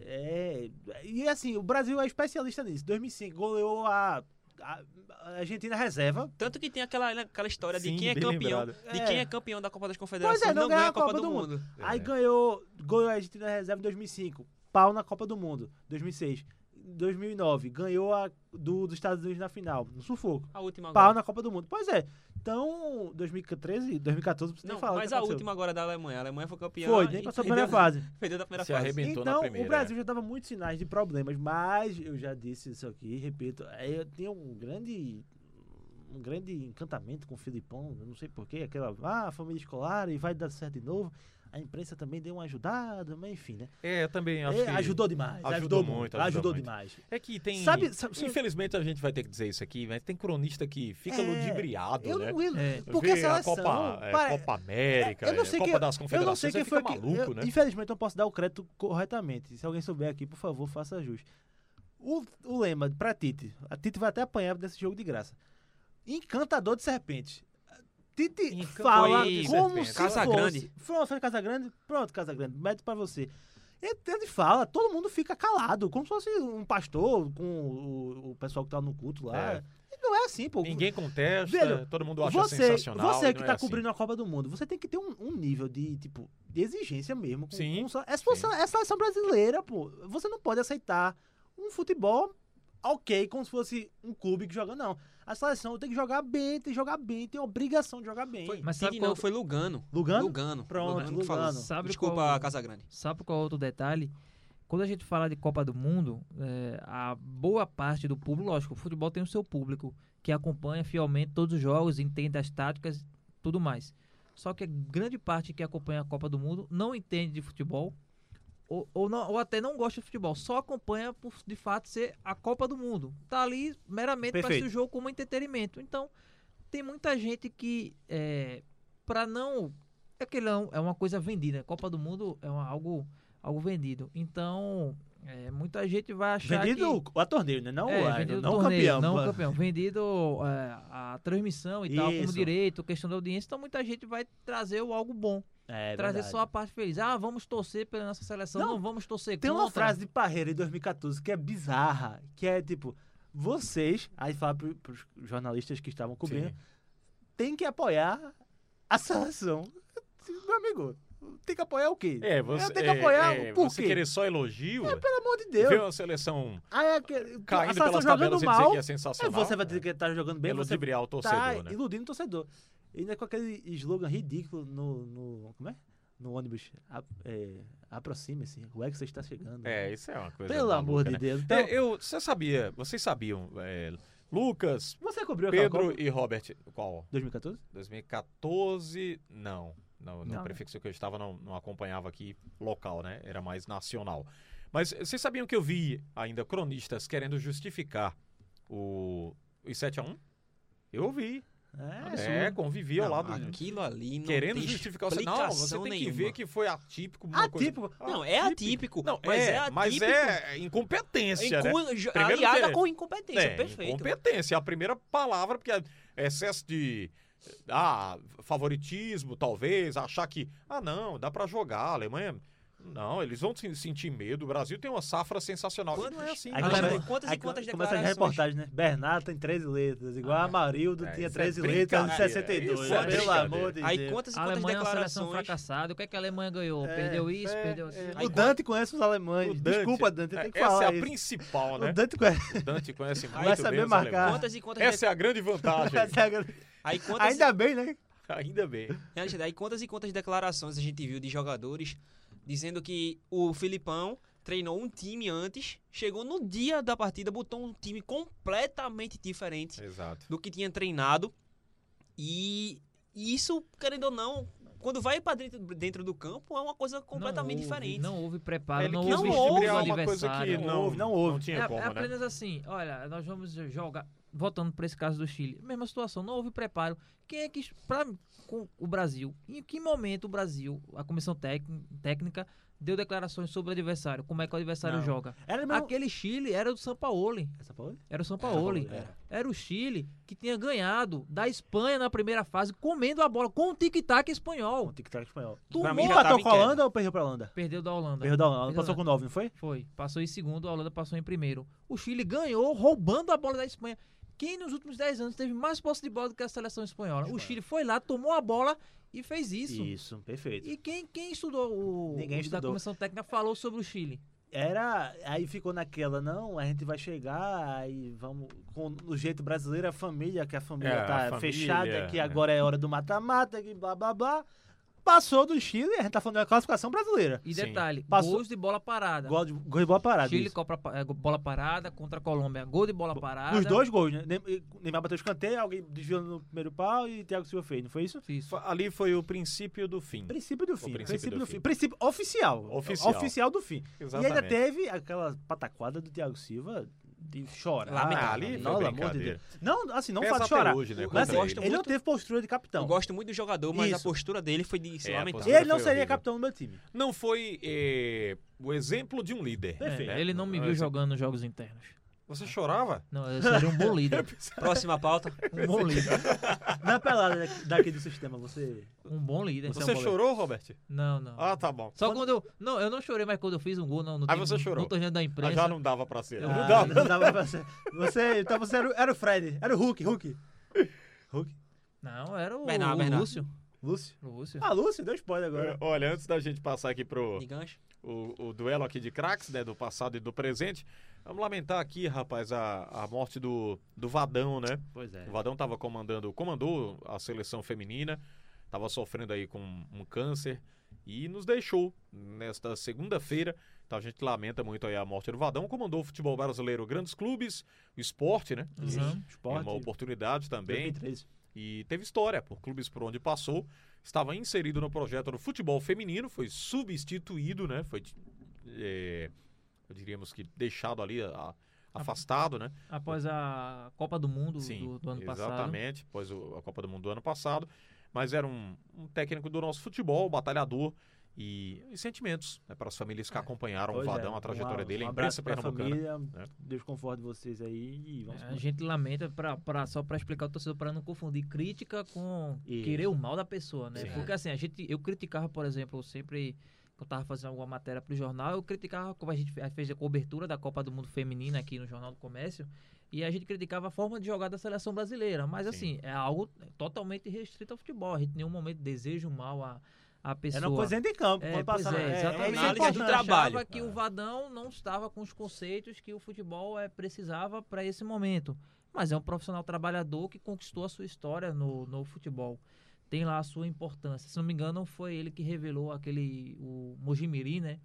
F: É, e assim, o Brasil é especialista nisso. 2005 goleou a, a- a Argentina reserva.
G: Tanto que tem aquela, aquela história
E: Sim,
G: de quem é
E: bem
G: campeão.
E: lembrado.
G: De
F: É.
G: quem é campeão da Copa das Confederações
F: Pois é, não
G: não ganha a Copa, do, mundo.
F: Aí ganhou, goleou a Argentina reserva em 2005. Pau na Copa do Mundo, 2006. 2009, ganhou a do, dos Estados Unidos na final, no sufoco.
G: A última
F: Pau
G: agora.
F: na Copa do Mundo. Pois é. Então, 2013, 2014, não precisa
G: Não,
F: nem falar. o
G: mas
F: que
G: a
F: aconteceu.
G: última agora da Alemanha. A Alemanha foi campeã.
F: Foi, nem
G: e
F: passou a
G: perdeu-
F: primeira fase.
G: Perdeu da primeira
E: Se
G: fase.
E: arrebentou na
F: Então,
E: primeira.
F: o Brasil já dava muitos sinais de problemas, mas eu já disse isso aqui, repito, é, eu tenho um grande um grande encantamento com o Filipão, eu não sei porquê, aquela, ah, família escolar e vai dar certo de novo. A imprensa também deu uma ajudada, mas enfim, né?
E: É, eu também acho
F: É,
E: que...
F: Ajudou demais.
E: Ajudou
F: Ajudou,
E: muito,
F: muito.
E: ajudou
F: Ajudou,
E: muito.
F: demais.
E: É que tem...
F: Sabe- sabe-
E: Infelizmente a gente vai ter que dizer isso aqui, mas tem cronista que fica
F: É,
E: ludibriado,
F: Eu
E: né?
F: não eu-
I: É.
F: Porque
E: Vê
F: a seleção...
E: a Copa, é,
F: pare-
E: Copa América,
F: eu não
E: é,
F: sei
E: Copa
F: quem-
E: das
F: Eu
E: Confederações,
F: não sei quem
E: você fica
F: foi que-
E: maluco,
F: eu-
E: né?
F: Infelizmente, eu não posso dar o crédito corretamente. Se alguém souber aqui, por favor, faça jus. O, o lema pra Tite. A Tite vai até apanhar desse jogo de graça. Encantador de serpentes. Tite
I: Encantador
F: fala
I: de
F: como
E: serpentes.
F: se
G: Casa
F: fosse...
G: Grande.
F: Pronto, foi Casa Grande. Pronto, Casa Grande. Mete pra você. Ele, ele fala, todo mundo fica calado, como se fosse um pastor com o, o pessoal que tá no culto lá.
E: É.
F: E Não é assim, pô.
E: Ninguém contesta,
F: Velho,
E: todo mundo acha
F: Você,
E: sensacional.
F: você
E: e
F: que
E: não é
F: tá
E: assim.
F: cobrindo a Copa do Mundo, você tem que ter um, um nível de, tipo, de exigência mesmo. com-
E: Sim,
F: com sele- é, sua
E: sim.
F: sele- é seleção brasileira, pô. Você não pode aceitar um futebol ok, como se fosse um clube que joga, não. A seleção tem que jogar bem, tem que jogar bem, tem obrigação de jogar bem.
G: Foi,
I: Mas
G: mas
I: sabe
G: não,
I: qual-
G: foi Lugano.
F: Lugano?
G: Lugano.
F: Pronto,
G: que falou.
F: Lugano.
I: Sabe
G: Desculpa,
I: qual-
G: Casagrande.
I: Sabe qual é outro detalhe? Quando a gente fala de Copa do Mundo, é, a boa parte do público, lógico, o futebol tem o seu público que acompanha fielmente todos os jogos, entende as táticas, tudo mais. Só que a grande parte que acompanha a Copa do Mundo não entende de futebol ou, ou, não- ou até não gosta de futebol, só acompanha por de fato ser a Copa do Mundo. Tá ali meramente para
F: Perfeito.
I: ser o jogo como entretenimento. Então, tem muita gente que, é, para não. É que ele é um- é uma coisa vendida. Copa do Mundo é uma- algo, algo vendido. Então, é, muita gente vai achar.
F: Vendido a torneio, né? Não,
I: que, é,
F: a-
I: vendido
F: não
I: torneio,
F: campeão.
I: Não campeão. Vendido é, a transmissão e tal, como
F: Isso.
I: direito, questão da audiência. Então, muita gente vai trazer o algo bom.
F: É,
I: trazer
F: verdade.
I: só a parte feliz. Ah, vamos torcer pela nossa seleção. Não,
F: Não,
I: vamos torcer
F: Tem
I: contra.
F: uma frase de Parreira em 2014 que é bizarra, que é tipo, vocês, aí fala pro, pros jornalistas que estavam cobrindo,
E: Sim.
F: tem que apoiar a seleção. Meu amigo, tem que apoiar o quê?
E: É, você,
F: tem que apoiar
E: é,
F: o- por
E: você
F: quê?
E: querer só elogio,
F: Pelo amor de
E: ver
F: Deus.
E: uma seleção
F: Aí é que- a
E: caindo
F: seleção
E: pelas tabelas
F: jogando
E: e dizer
F: mal,
E: que é
F: aí
E: sensacional.
F: você vai dizer que tá jogando bem,
E: é
F: você
E: ludibriar o torcedor,
F: tá
E: né?
F: iludindo o torcedor. E ainda com aquele slogan ridículo no, no como é? No ônibus, a- é, aproxime-se, o Hexa está chegando.
E: É, isso é uma coisa
F: Pelo
E: maluca,
F: amor
E: né?
F: de Deus. Então,
E: É, eu, você sabia, vocês sabiam, é, Lucas,
F: você cobriu aquela Copa?
E: Pedro e Robert, qual?
F: 2014?
E: 2014, não. Não, no
I: Não.
E: prefixo que eu estava não, não acompanhava aqui local, né? Era mais nacional. Mas eh, vocês sabiam que eu vi ainda cronistas querendo justificar o, os 7 a 1 Eu ouvi. É, convivi ao
G: Não,
E: lado.
G: aquilo ali não
E: Querendo
G: tem
E: justificar o 7 Não, você
G: explicação
E: tem que
G: nenhuma.
E: ver que foi atípico. Uma coisa- assim.
F: Atípico.
G: Não, é atípico.
E: Não,
G: mas é,
E: é,
G: atípico.
E: mas é incompetência, né?
G: Incu- jo-
E: Primeiro
G: aliada
E: que-
G: com incompetência,
E: É,
G: perfeito.
E: Incompetência, é a primeira palavra, porque é excesso de ah, favoritismo, talvez, achar que, ah, não, dá pra jogar, a Alemanha. Não, eles vão se- sentir medo. O Brasil tem uma safra sensacional. E não é assim.
F: Aí
E: não.
F: começa-
G: Alexandre, quantas e
F: aí
G: quantas
F: começa as
G: declarações?
F: reportagens, né? Bernardo tem 13 letras, igual Amarildo
E: é,
F: tinha
E: isso
F: 13
E: é
F: letras em
E: brincadeira,
F: 62.
E: isso é
F: pelo
E: brincadeira.
F: amor de
G: Aí
F: Deus.
G: quantas e
I: A
G: quantas
I: Alemanha é uma seleção
G: declarações?
I: fracassada. O que é que a Alemanha ganhou? perdeu isso,
F: é,
I: perdeu aquilo.
F: O Dante conhece os alemães.
E: É, O Dante-
F: Desculpa, Dante, tem que
E: Essa
F: falar
E: é a
F: isso.
E: principal, né?
F: O Dante conhece.
E: O Dante conhece muito
F: Vai
E: bem
F: saber
E: os
F: marcar.
E: alemães.
G: Quantas e quantas
E: Essa é a grande vantagem.
G: Aí quantas,
F: Ainda bem, né?
E: Ainda bem.
G: Alexandre, aí quantas e quantas declarações a gente viu de jogadores dizendo que o Filipão treinou um time antes, chegou no dia da partida, botou um time completamente diferente
E: Exato.
G: do que tinha treinado. E isso, querendo ou não, quando vai pra dentro, dentro do campo, é uma coisa completamente
I: não houve,
G: diferente.
I: Não houve preparo,
E: Ele
I: não
E: quis
I: houve
G: houve
I: estudo do
E: ludibriar uma coisa que
I: adversário.
E: não,
F: houve, não houve.
E: tinha
I: É, é
E: como, né?
I: apenas assim, olha, nós vamos jogar. Voltando para esse caso do Chile, mesma situação, não houve preparo. Quem é que para com o Brasil? Em que momento o Brasil, a comissão tec- técnica deu declarações sobre o adversário? Como é que o adversário
F: Não.
I: joga?
F: Era é mesmo...
I: Aquele Chile era do Sampaoli.
F: Essa foi?
I: Era o Sampaoli.
F: Sampaoli,
I: Era. era o Chile que tinha ganhado da Espanha na primeira fase, comendo a bola com o tic-tac espanhol.
F: Um tic-tac espanhol.
I: Tu
G: Pra mim
F: Um
G: já
F: empatou
G: tava em
F: com a
G: queda.
F: Holanda ou perdeu pra Holanda?
I: Perdeu da Holanda.
F: Perdeu da Holanda. Passou
I: Holanda.
F: com 9, não foi?
I: Foi. Passou em segundo, a Holanda passou em primeiro. O Chile ganhou roubando a bola da Espanha. Quem nos últimos 10 anos teve mais posse de bola do que a seleção espanhola? O Chile foi lá, tomou a bola e fez isso.
F: Isso, perfeito.
I: E quem, quem estudou o
F: Ninguém
I: o da
F: estudou.
I: comissão técnica falou sobre o Chile.
F: era aí ficou naquela não a gente vai chegar aí vamos com do jeito brasileiro a família que a família
E: É, a
F: tá
E: família,
F: fechada que
E: é.
F: agora é hora do mata-mata que blá blá blá
K: Passou do Chile, a gente tá falando da classificação brasileira.
I: E
E: Sim.
I: detalhe,
K: Passou-
I: gols de bola parada.
K: Gol de, gol de bola parada.
I: Chile,
K: isso.
I: copra, é, bola parada contra a Colômbia. Gol de bola parada.
K: Nos dois gols, né? Ney- Neymar bateu escanteio, alguém desviou no primeiro pau e Thiago Silva fez, não foi isso?
I: Isso.
E: Fa- Ali foi o princípio do fim.
K: Princípio do fim. né?
E: princípio
K: Princípio,
E: do
K: do,
E: fim.
K: fim. Princípio oficial.
E: Oficial.
K: Oficial do fim.
E: Exatamente.
K: E ainda teve aquela pataquada do Thiago Silva de chorar.
E: Lamentável. Ah, Ali foi
K: Pelo amor de
E: brincadeira.
K: Deus. Não, assim, não
E: Pesa
K: faz
E: até
K: chorar.
E: hoje, né,
K: Mas, assim,
E: contra
K: ele
E: ele.
K: não teve postura de capitão.
G: Eu gosto muito do jogador, mas a
K: Isso.
G: postura dele foi de se
E: É, a
G: lamentar.
K: E
E: postura-
K: ele não
E: Foi
K: seria
E: horrível.
K: capitão do meu time.
E: Não foi eh, o exemplo de um líder.
I: É,
K: Perfeito.
I: ele não me viu
E: Mas-
I: jogando nos jogos internos.
E: Você chorava?
I: Não, eu seria um bom líder.
G: Próxima pauta.
I: Um bom líder.
K: Na pelada da- daqui do sistema, você.
I: Um bom líder.
E: Você chorou, Robert?
I: Não, não.
E: Ah, tá bom.
I: Só quando... eu. Não, eu não chorei, mas quando eu fiz um gol no, no,
E: Ah,
I: time-
E: você chorou.
I: no torneio da
E: Ah,
I: imprensa.
E: já não dava pra ser.
I: Eu-
E: Não
I: Ah,
E: dava.
K: Não dava pra ser. Você, então você era, o- era o Fred, era o Hulk, Hulk.
I: Não, era o,
G: Bernardo,
I: o
G: Bernardo.
I: Lúcio.
K: Lúcio.
I: Lúcio.
K: Ah, Lúcio, deu spoiler agora.
E: Olha, antes da gente passar aqui pro
G: De gancho.
E: o, o duelo aqui de craques, né? Do passado e do presente, vamos lamentar aqui, rapaz, a, a morte do, do Vadão, né?
K: Pois é.
E: O Vadão estava comandando, comandou a seleção feminina, estava sofrendo aí com um câncer e nos deixou nesta segunda-feira. Então a gente lamenta muito aí a morte do Vadão. Comandou o futebol brasileiro, grandes clubes, o esporte, né?
I: Uhum.
E: Tem Uma
K: Esporte.
E: oportunidade também.
K: 2013.
E: E teve história por clubes por onde passou. Estava inserido no projeto do futebol feminino, foi substituído, né? Foi, eh, diríamos que, deixado ali, a- afastado, né?
I: Após a Copa do Mundo
E: Sim,
I: do, do ano passado.
E: exatamente, após o- a Copa do Mundo do ano passado, mas era um, um técnico do nosso futebol, batalhador e, e sentimentos né, para as famílias que acompanharam o
K: Pois é,
E: Vadão, a trajetória
K: um-
E: dele,
K: um
E: a
K: abraço
E: imprensa
K: pra
E: pernambucana.
K: família,
E: né? É,
K: Deus conforte vocês aí e vamos
I: É, A
K: embora.
I: gente lamenta pra, pra, só pra explicar o torcedor pra não confundir crítica com
K: Isso.
I: querer o mal da pessoa, né?
E: Sim.
I: Porque assim, a gente eu criticava, por exemplo, eu sempre que eu tava fazendo alguma matéria pro jornal, eu criticava como a gente fe- fez a cobertura da Copa do Mundo Feminina aqui no Jornal do Comércio, e a gente criticava a forma de jogar da seleção brasileira, mas
E: Sim.
I: assim, é algo totalmente restrito ao futebol. A gente em nenhum momento deseja o mal à, à pessoa.
K: Era uma coisa dentro de campo.
I: É,
K: quando
I: pois
K: passava-
I: é,
K: é,
I: exatamente.
K: isso é
G: Análise do
K: importante.
G: trabalho.
I: achava que o Vadão não estava com os conceitos que o futebol eh, precisava para esse momento. Mas é um profissional trabalhador que conquistou a sua história no, no futebol. Tem lá a sua importância. Se não me engano, foi ele que revelou aquele. o Mojimirim, né?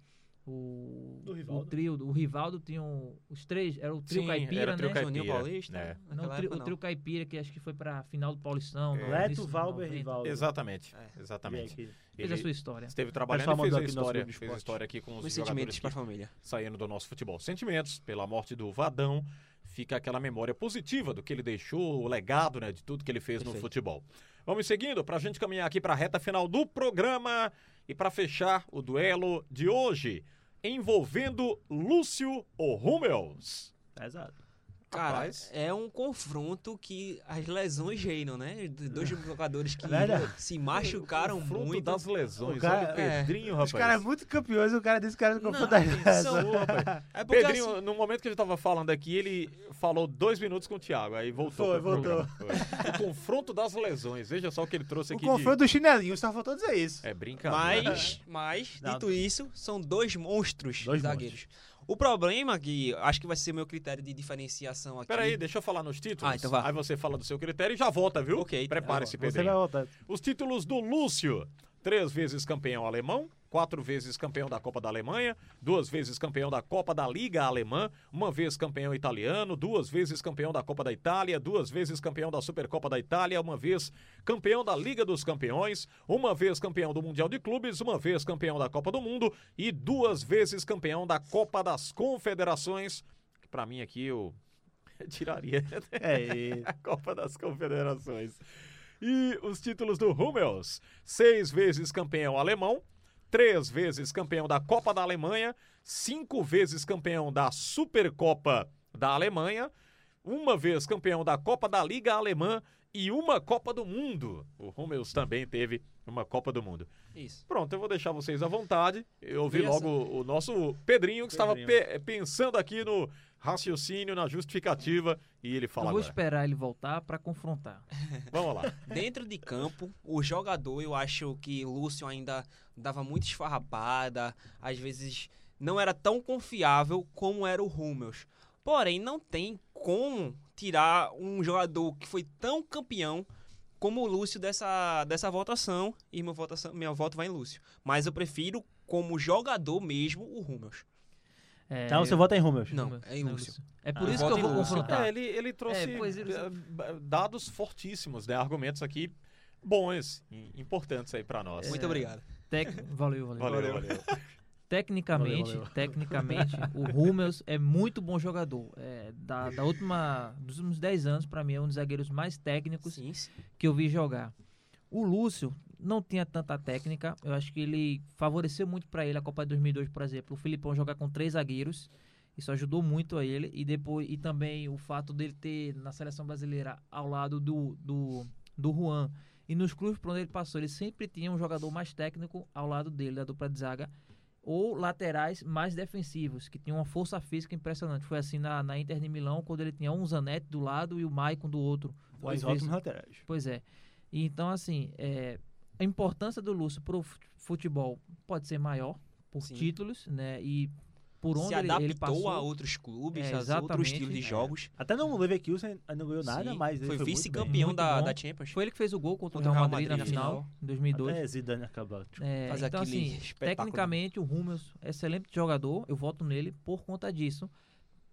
I: O,
K: Do
I: o
K: Rivaldo.
I: trio, o Rivaldo tinha um- os três, era o trio
E: Sim,
I: caipira,
E: era o
I: né?
E: trio
G: Juninho
E: Caipira,
G: Paulista.
E: né?
G: naquela
I: Não, o, trio,
G: época,
I: o
G: não.
I: trio caipira, que acho que foi para final do Paulistão. no início
K: Leto,
I: de
K: Valber,
I: 90.
K: Rivaldo.
E: Exatamente,
K: É. E
E: exatamente.
K: aí, que-
I: Fez a sua história.
E: esteve
K: pessoal
E: trabalhando e fez
K: mandou
E: a
K: aqui no nosso
E: história,
K: grupo de
E: fez a
K: esporte.
E: história aqui com os
G: Os
E: jogadores
G: sentimentos
E: que
G: pra família.
E: saindo do nosso futebol. Sentimentos pela morte do Vadão, fica aquela memória positiva do que ele deixou, o legado, né, de tudo que ele fez no
G: Perfeito.
E: futebol. Vamos seguindo pra gente caminhar aqui pra reta final do programa e pra fechar o duelo de hoje envolvendo Lúcio ou Rummels.
K: Tá Exato.
G: Cara,
E: Rapaz.
G: é um confronto que as lesões reinam, né? De Dois jogadores que
K: Verdade.
G: se machucaram
E: Né, Confronto
G: muito.
E: das lesões.
K: O cara- é,
E: Olha o Pedrinho, rapaz.
K: Os caras muito campeões, o cara desse cara
G: Não,
K: não confronta
G: são- É porque,
E: Pedrinho,
G: assim,
E: no momento que a gente tava falando aqui, ele falou dois minutos com o Thiago, aí voltou.
K: Foi,
E: pro programa. Foi. O confronto das lesões, veja só o que ele trouxe
K: O
E: aqui.
K: confronto do chinelinho, só faltou dizer isso.
E: De... É brincadeira.
G: mas, mas
K: Não.
G: dito isso, são dois monstros
K: Dois
G: zagueiros. O problema que acho que vai ser meu critério de diferenciação aqui.
E: Peraí, deixa eu falar nos títulos.
G: Ah, então vá.
E: Aí você fala do seu critério e já volta, viu?
G: Ok, então
E: Prepare-se,
K: Você
E: Pedrinho.
K: vai voltar.
E: Os títulos do Lúcio: três vezes campeão alemão, quatro vezes campeão da Copa da Alemanha, duas vezes campeão da Copa da Liga Alemã, uma vez campeão italiano, duas vezes campeão da Copa da Itália, duas vezes campeão da Supercopa da Itália, uma vez campeão da Liga dos Campeões, uma vez campeão do Mundial de Clubes, uma vez campeão da Copa do Mundo e duas vezes campeão da Copa das Confederações. Que pra mim aqui eu tiraria né?
K: É, e-
E: a Copa das Confederações. E os títulos do Hummels: seis vezes campeão alemão, três vezes campeão da Copa da Alemanha, cinco vezes campeão da Supercopa da Alemanha, uma vez campeão da Copa da Liga Alemã e uma Copa do Mundo. O Hummels também teve uma Copa do Mundo.
G: Isso.
E: Pronto, eu vou deixar vocês à vontade. Eu ouvi
G: Olha só.
E: logo o nosso Pedrinho, que estava pe- pensando aqui no raciocínio, na justificativa, e ele
I: Eu
E: fala
I: vou
E: agora.
I: esperar ele voltar para confrontar.
K: Tá
E: Vamos lá.
G: Dentro de campo, o jogador, eu acho que Lúcio ainda dava muito esfarrapada, às vezes não era tão confiável como era o Hummels. Porém, não tem como tirar um jogador que foi tão campeão como o Lúcio dessa, dessa votação, e minha, votação, minha voto vai em Lúcio. Mas eu prefiro, como jogador mesmo, o Rummels.
I: É,
K: Então você
I: eu-
K: vota em Rúmeus.
G: Não, é em Lúcio.
I: É por
G: Ah,
I: isso que eu
G: voto em
I: vou
G: Lúcio.
I: confrontar.
E: É, ele, ele trouxe
I: É, pois ele-
E: eh, b- dados fortíssimos, né? Argumentos aqui bons, i- importantes aí pra
I: É.
E: nós.
G: Muito obrigado.
I: Tec- Valeu, valeu.
E: Valeu, valeu.
I: Tecnicamente,
K: Valeu, valeu.
I: tecnicamente, o Hummels é muito bom jogador. É, da, da última, dos últimos 10 anos, pra mim, é um dos zagueiros mais técnicos
G: Sim, sim.
I: que eu vi jogar. O Lúcio não tinha tanta técnica. Eu acho que ele favoreceu muito pra ele a Copa de 2002, por exemplo. O Filipão jogar com três zagueiros. Isso ajudou muito a ele. E depois e também o fato dele ter na seleção brasileira ao lado do, do, do Juan. E nos clubes por onde ele passou, ele sempre tinha um jogador mais técnico ao lado dele, da dupla de zaga. Ou laterais mais defensivos, que tinham uma força física impressionante. Foi assim na, na Inter de Milão, quando ele tinha um Zanetti do lado e o Maicon do outro.
K: Dois
I: Às vezes-
K: ótimos laterais.
I: Pois é. E Então, assim, é, a importância do Lúcio pro fu- futebol pode ser maior por
G: Sim.
I: títulos, né? E por onde
G: Se
I: ele,
G: adaptou
I: ele passou.
G: a outros clubes,
I: É,
G: a outros
I: exatamente,
G: estilos de
I: é.
G: jogos.
K: Até no Leverkusen ele não ganhou nada,
G: Sim.
K: mas ele
G: foi,
K: foi muito
G: vice-campeão
I: bem.
G: da,
I: Muito
G: Ah, da
I: bom.
G: Champions.
I: Foi ele que fez o gol contra o Real Madrid, na final, em
K: bem.
I: 2002.
K: Até Zidane acabou. Tipo,
I: É,
G: Faz
I: então,
G: aquele
I: assim,
E: né?
G: espetáculo.
I: tecnicamente, o Hummels é excelente jogador. Eu voto nele por conta disso.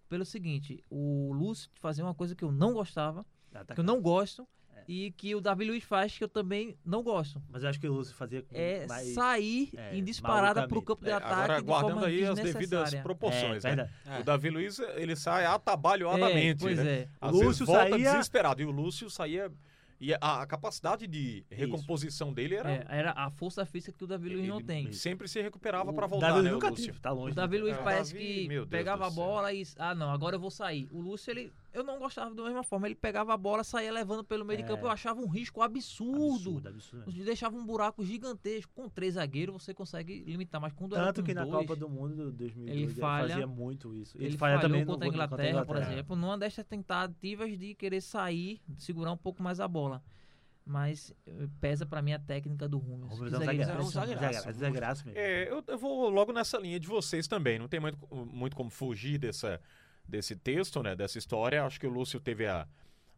I: Pelo seguinte, o Lúcio fazia uma coisa que eu não gostava, É,
E: Tá
I: que eu não gosto,
E: É.
I: e que o Davi Luiz faz, que eu também não
E: Hum,
I: gosto.
K: Mas eu acho que o Lúcio fazia com
I: É
K: mais...
I: sair
K: é,
I: em disparada pro
K: malucamente.
I: campo de
E: É,
I: ataque
E: agora,
I: de forma
E: guardando aí as devidas
I: desnecessária.
E: proporções,
K: é,
E: né?
K: verdade.
G: É.
E: O Davi Luiz, ele sai atabalhoadamente,
I: É, pois
E: né?
I: é.
E: Às
K: Lúcio
E: vezes volta
K: saía-
E: desesperado. E o Lúcio saía... E a, a capacidade de recomposição dele era...
I: É, Era a força física que o Davi Luiz não
E: ele
I: tem.
E: Sempre se recuperava
K: O
E: pra voltar,
K: Davi
E: né,
K: nunca
E: o Lúcio?
K: teve, tá longe.
I: O Davi Luiz
E: É, o
I: parece
E: Davi,
I: que
E: meu Deus
I: pegava
E: do
I: a
E: céu.
I: bola e. Ah, não, agora eu vou sair. O Lúcio, ele. Eu não gostava da mesma forma. Ele pegava a bola, saía levando pelo meio
K: É.
I: de campo. Eu achava um risco absurdo.
K: Absurdo, absurdo. mesmo.
I: Deixava um buraco gigantesco. Com três zagueiros, você consegue limitar. Mas quando era
K: Tanto
I: com
K: que na
I: dois,
K: Copa do Mundo de 2002
I: ele
K: ele,
I: falha.
K: fazia muito isso.
I: Ele,
K: falha
I: falhou
K: também no
I: contra, a
K: gol-
I: Inglaterra, por
K: Inglaterra.
I: exemplo, numa destas tentativas de querer sair, segurar um pouco mais a bola. Mas eh, pesa pra mim a técnica do Rumes.
K: Rubens é um zagueiro.
G: zagueiraço.
K: Zagueiraço mesmo.
E: É, eu, eu vou logo nessa linha de vocês também. Não tem muito, muito como fugir dessa, desse texto, né? Dessa história. Acho que o Lúcio teve a-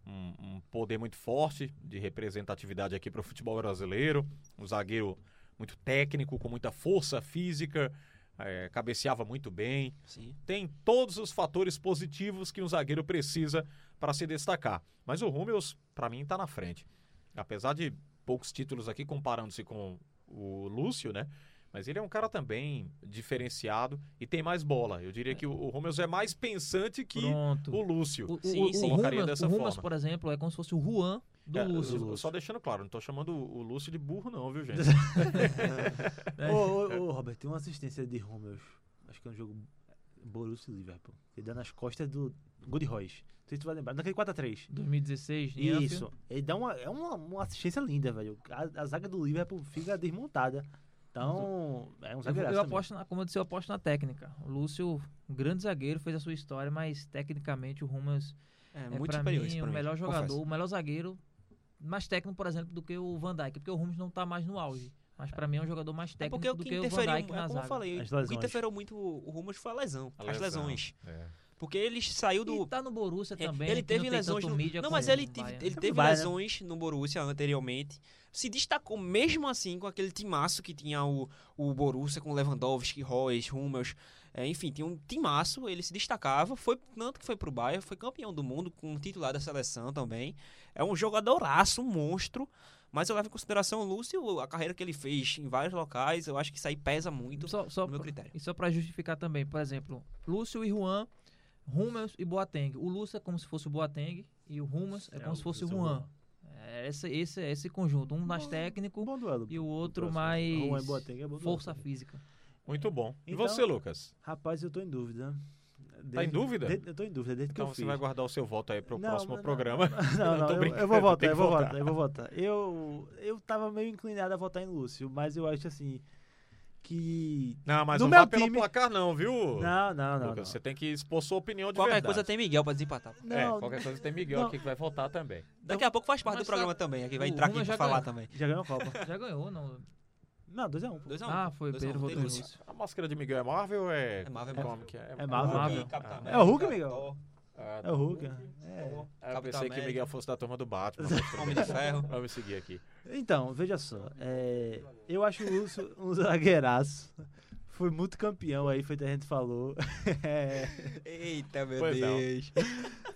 E: um, um poder muito forte de representatividade aqui para o futebol brasileiro. Um zagueiro muito técnico, com muita força física, é, cabeceava muito bem.
G: Sim.
E: Tem todos os fatores positivos que um zagueiro precisa para se destacar. Mas o Rúmeus, para mim, está na frente. Apesar de poucos títulos aqui comparando-se com o Lúcio, né? Mas ele é um cara também diferenciado e tem mais bola. Eu diria que o, o Rúmeus é mais pensante que
I: Pronto.
E: o Lúcio.
I: O, o,
G: Sim,
I: o,
G: sim.
I: o
E: Colocaria
I: Rumas,
E: dessa
I: o Rumas,
E: forma.
I: por exemplo, é como se fosse o Juan do
E: É,
I: Lúcio.
E: Só deixando claro, não tô chamando o Lúcio de burro, não, viu, gente? É.
I: É.
K: Ô, ô, ô, Robert, tem uma assistência de Romeus. Acho que é um jogo Borussia e Liverpool. Ele dá nas costas do Good Royce. Não sei se tu vai lembrar. Naquele 4x3.
I: 2016, em Anfield.
K: Isso. Ele dá uma, é uma, uma assistência linda, velho. A, a zaga do Liverpool fica desmontada. Então, é um
I: Eu,
K: zagueiraço.
I: eu
K: também.
I: aposto, na, como eu disse, eu aposto na técnica. O Lúcio, um grande zagueiro, fez a sua história, mas tecnicamente o Rumas
G: É,
I: é,
G: muito
I: pra
G: superior
I: mim
G: isso pra
I: o
G: mim,
I: melhor
G: confesso.
I: jogador, o melhor zagueiro, mais técnico, por exemplo, do que o Van Dijk, porque o Rumas não tá mais no auge. Mas pra mim é um jogador mais
G: É
I: técnico
G: porque o
I: do
G: que
I: que o Van
G: interferiu, é
I: Dijk na
G: como eu
I: zaga.
G: falei,
K: As
G: o que
K: lesões.
G: interferiu muito o Rumas foi a lesão,
E: A
G: as
E: lesão,
G: lesões.
E: é.
G: Porque ele saiu do...
I: E tá no Borussia
G: É,
I: também.
G: ele
I: que não
G: teve
I: tem
G: lesões
I: tanto
G: no,
I: mídia
G: não
I: como
G: mas ele
I: o
G: teve,
I: Bayern.
G: ele
K: no
G: teve
K: Bayern, né?
G: lesões no Borussia anteriormente se destacou mesmo assim com aquele timaço que tinha o, o Borussia com Lewandowski Reus Hummels é, enfim tinha um timaço ele se destacava foi tanto que foi pro Bayern foi campeão do mundo com titular da seleção também é um jogadoraço um monstro mas eu levo em consideração o Lúcio a carreira que ele fez em vários locais eu acho que isso aí pesa muito
I: só, só
G: Então, no meu
I: pra-
G: critério
I: E só pra justificar também, por exemplo, Lúcio e Juan, Rumas e Boateng. O Lúcio é como se fosse o Boateng e o Rumas é,
K: É,
I: como
K: o
I: se fosse o
K: Lúcio é o
I: Juan. É esse, esse, esse conjunto, um mais técnico
K: Bom duelo.
I: e o outro
K: próximo.
I: mais
K: Juan e Boateng é bom duelo
I: força
K: também.
I: física.
E: Muito bom. E
K: Então-
E: você, Lucas?
K: Rapaz, eu tô em dúvida.
E: Tá em dúvida?
K: desde- eu tô em dúvida desde
E: Então
K: que eu
E: você
K: fiz.
E: vai guardar o seu voto aí pro
K: Não,
E: próximo
K: não, não.
E: programa.
K: Não, não,
E: tô
K: eu,
E: brincando,
K: eu vou votar,
E: tem que
K: eu vou
E: votar.
K: votar, eu vou votar. Eu, eu tava meio inclinado a votar em Lúcio, mas eu acho assim que.
E: Não, mas
K: No
E: não vá
K: meu
E: pelo
K: time-
E: placar, não, viu?
K: Não, não, não.
E: Lucas,
K: não.
E: você tem que expor sua opinião de
G: qualquer
E: verdade.
G: coisa tem Miguel pra desempatar
E: É,
K: Não,
E: qualquer coisa tem Miguel
K: não.
E: aqui que vai voltar também.
G: daqui a pouco faz parte
I: Então, Mas
G: do programa
I: tá-
G: também aqui vai
I: o
G: entrar aqui
I: Rumas
G: pra
I: já
G: falar
I: ganhou.
G: também
K: já ganhou a Copa.
I: Já ganhou, não?
K: Não, 2x1. Um, pô.
G: Dois a um,
I: Ah,
G: pô.
I: foi o
G: Dois a um,
I: Pedro
G: tem
I: votou em
G: Lúcio.
I: Lúcio.
E: A máscara de Miguel é Marvel ou é...
G: É Marvel, é Marvel.
I: um.
E: Como que é?
K: É Marvel.
I: Marvel.
K: É o Hulk,
G: Capitão
K: Miguel?
E: É Ah,
F: É o Hulk. né?
E: É, eu
G: Capitão
E: pensei que
G: América.
E: Miguel fosse da turma do Batman. mas tudo
G: Homem
E: bem.
G: de Ferro.
E: Vamos seguir aqui.
F: Então, veja só. é, eu acho o Lúcio um zagueiraço. Foi muito campeão aí, foi o que a gente falou. É,
G: Eita, meu
E: Pois não.
G: Deus.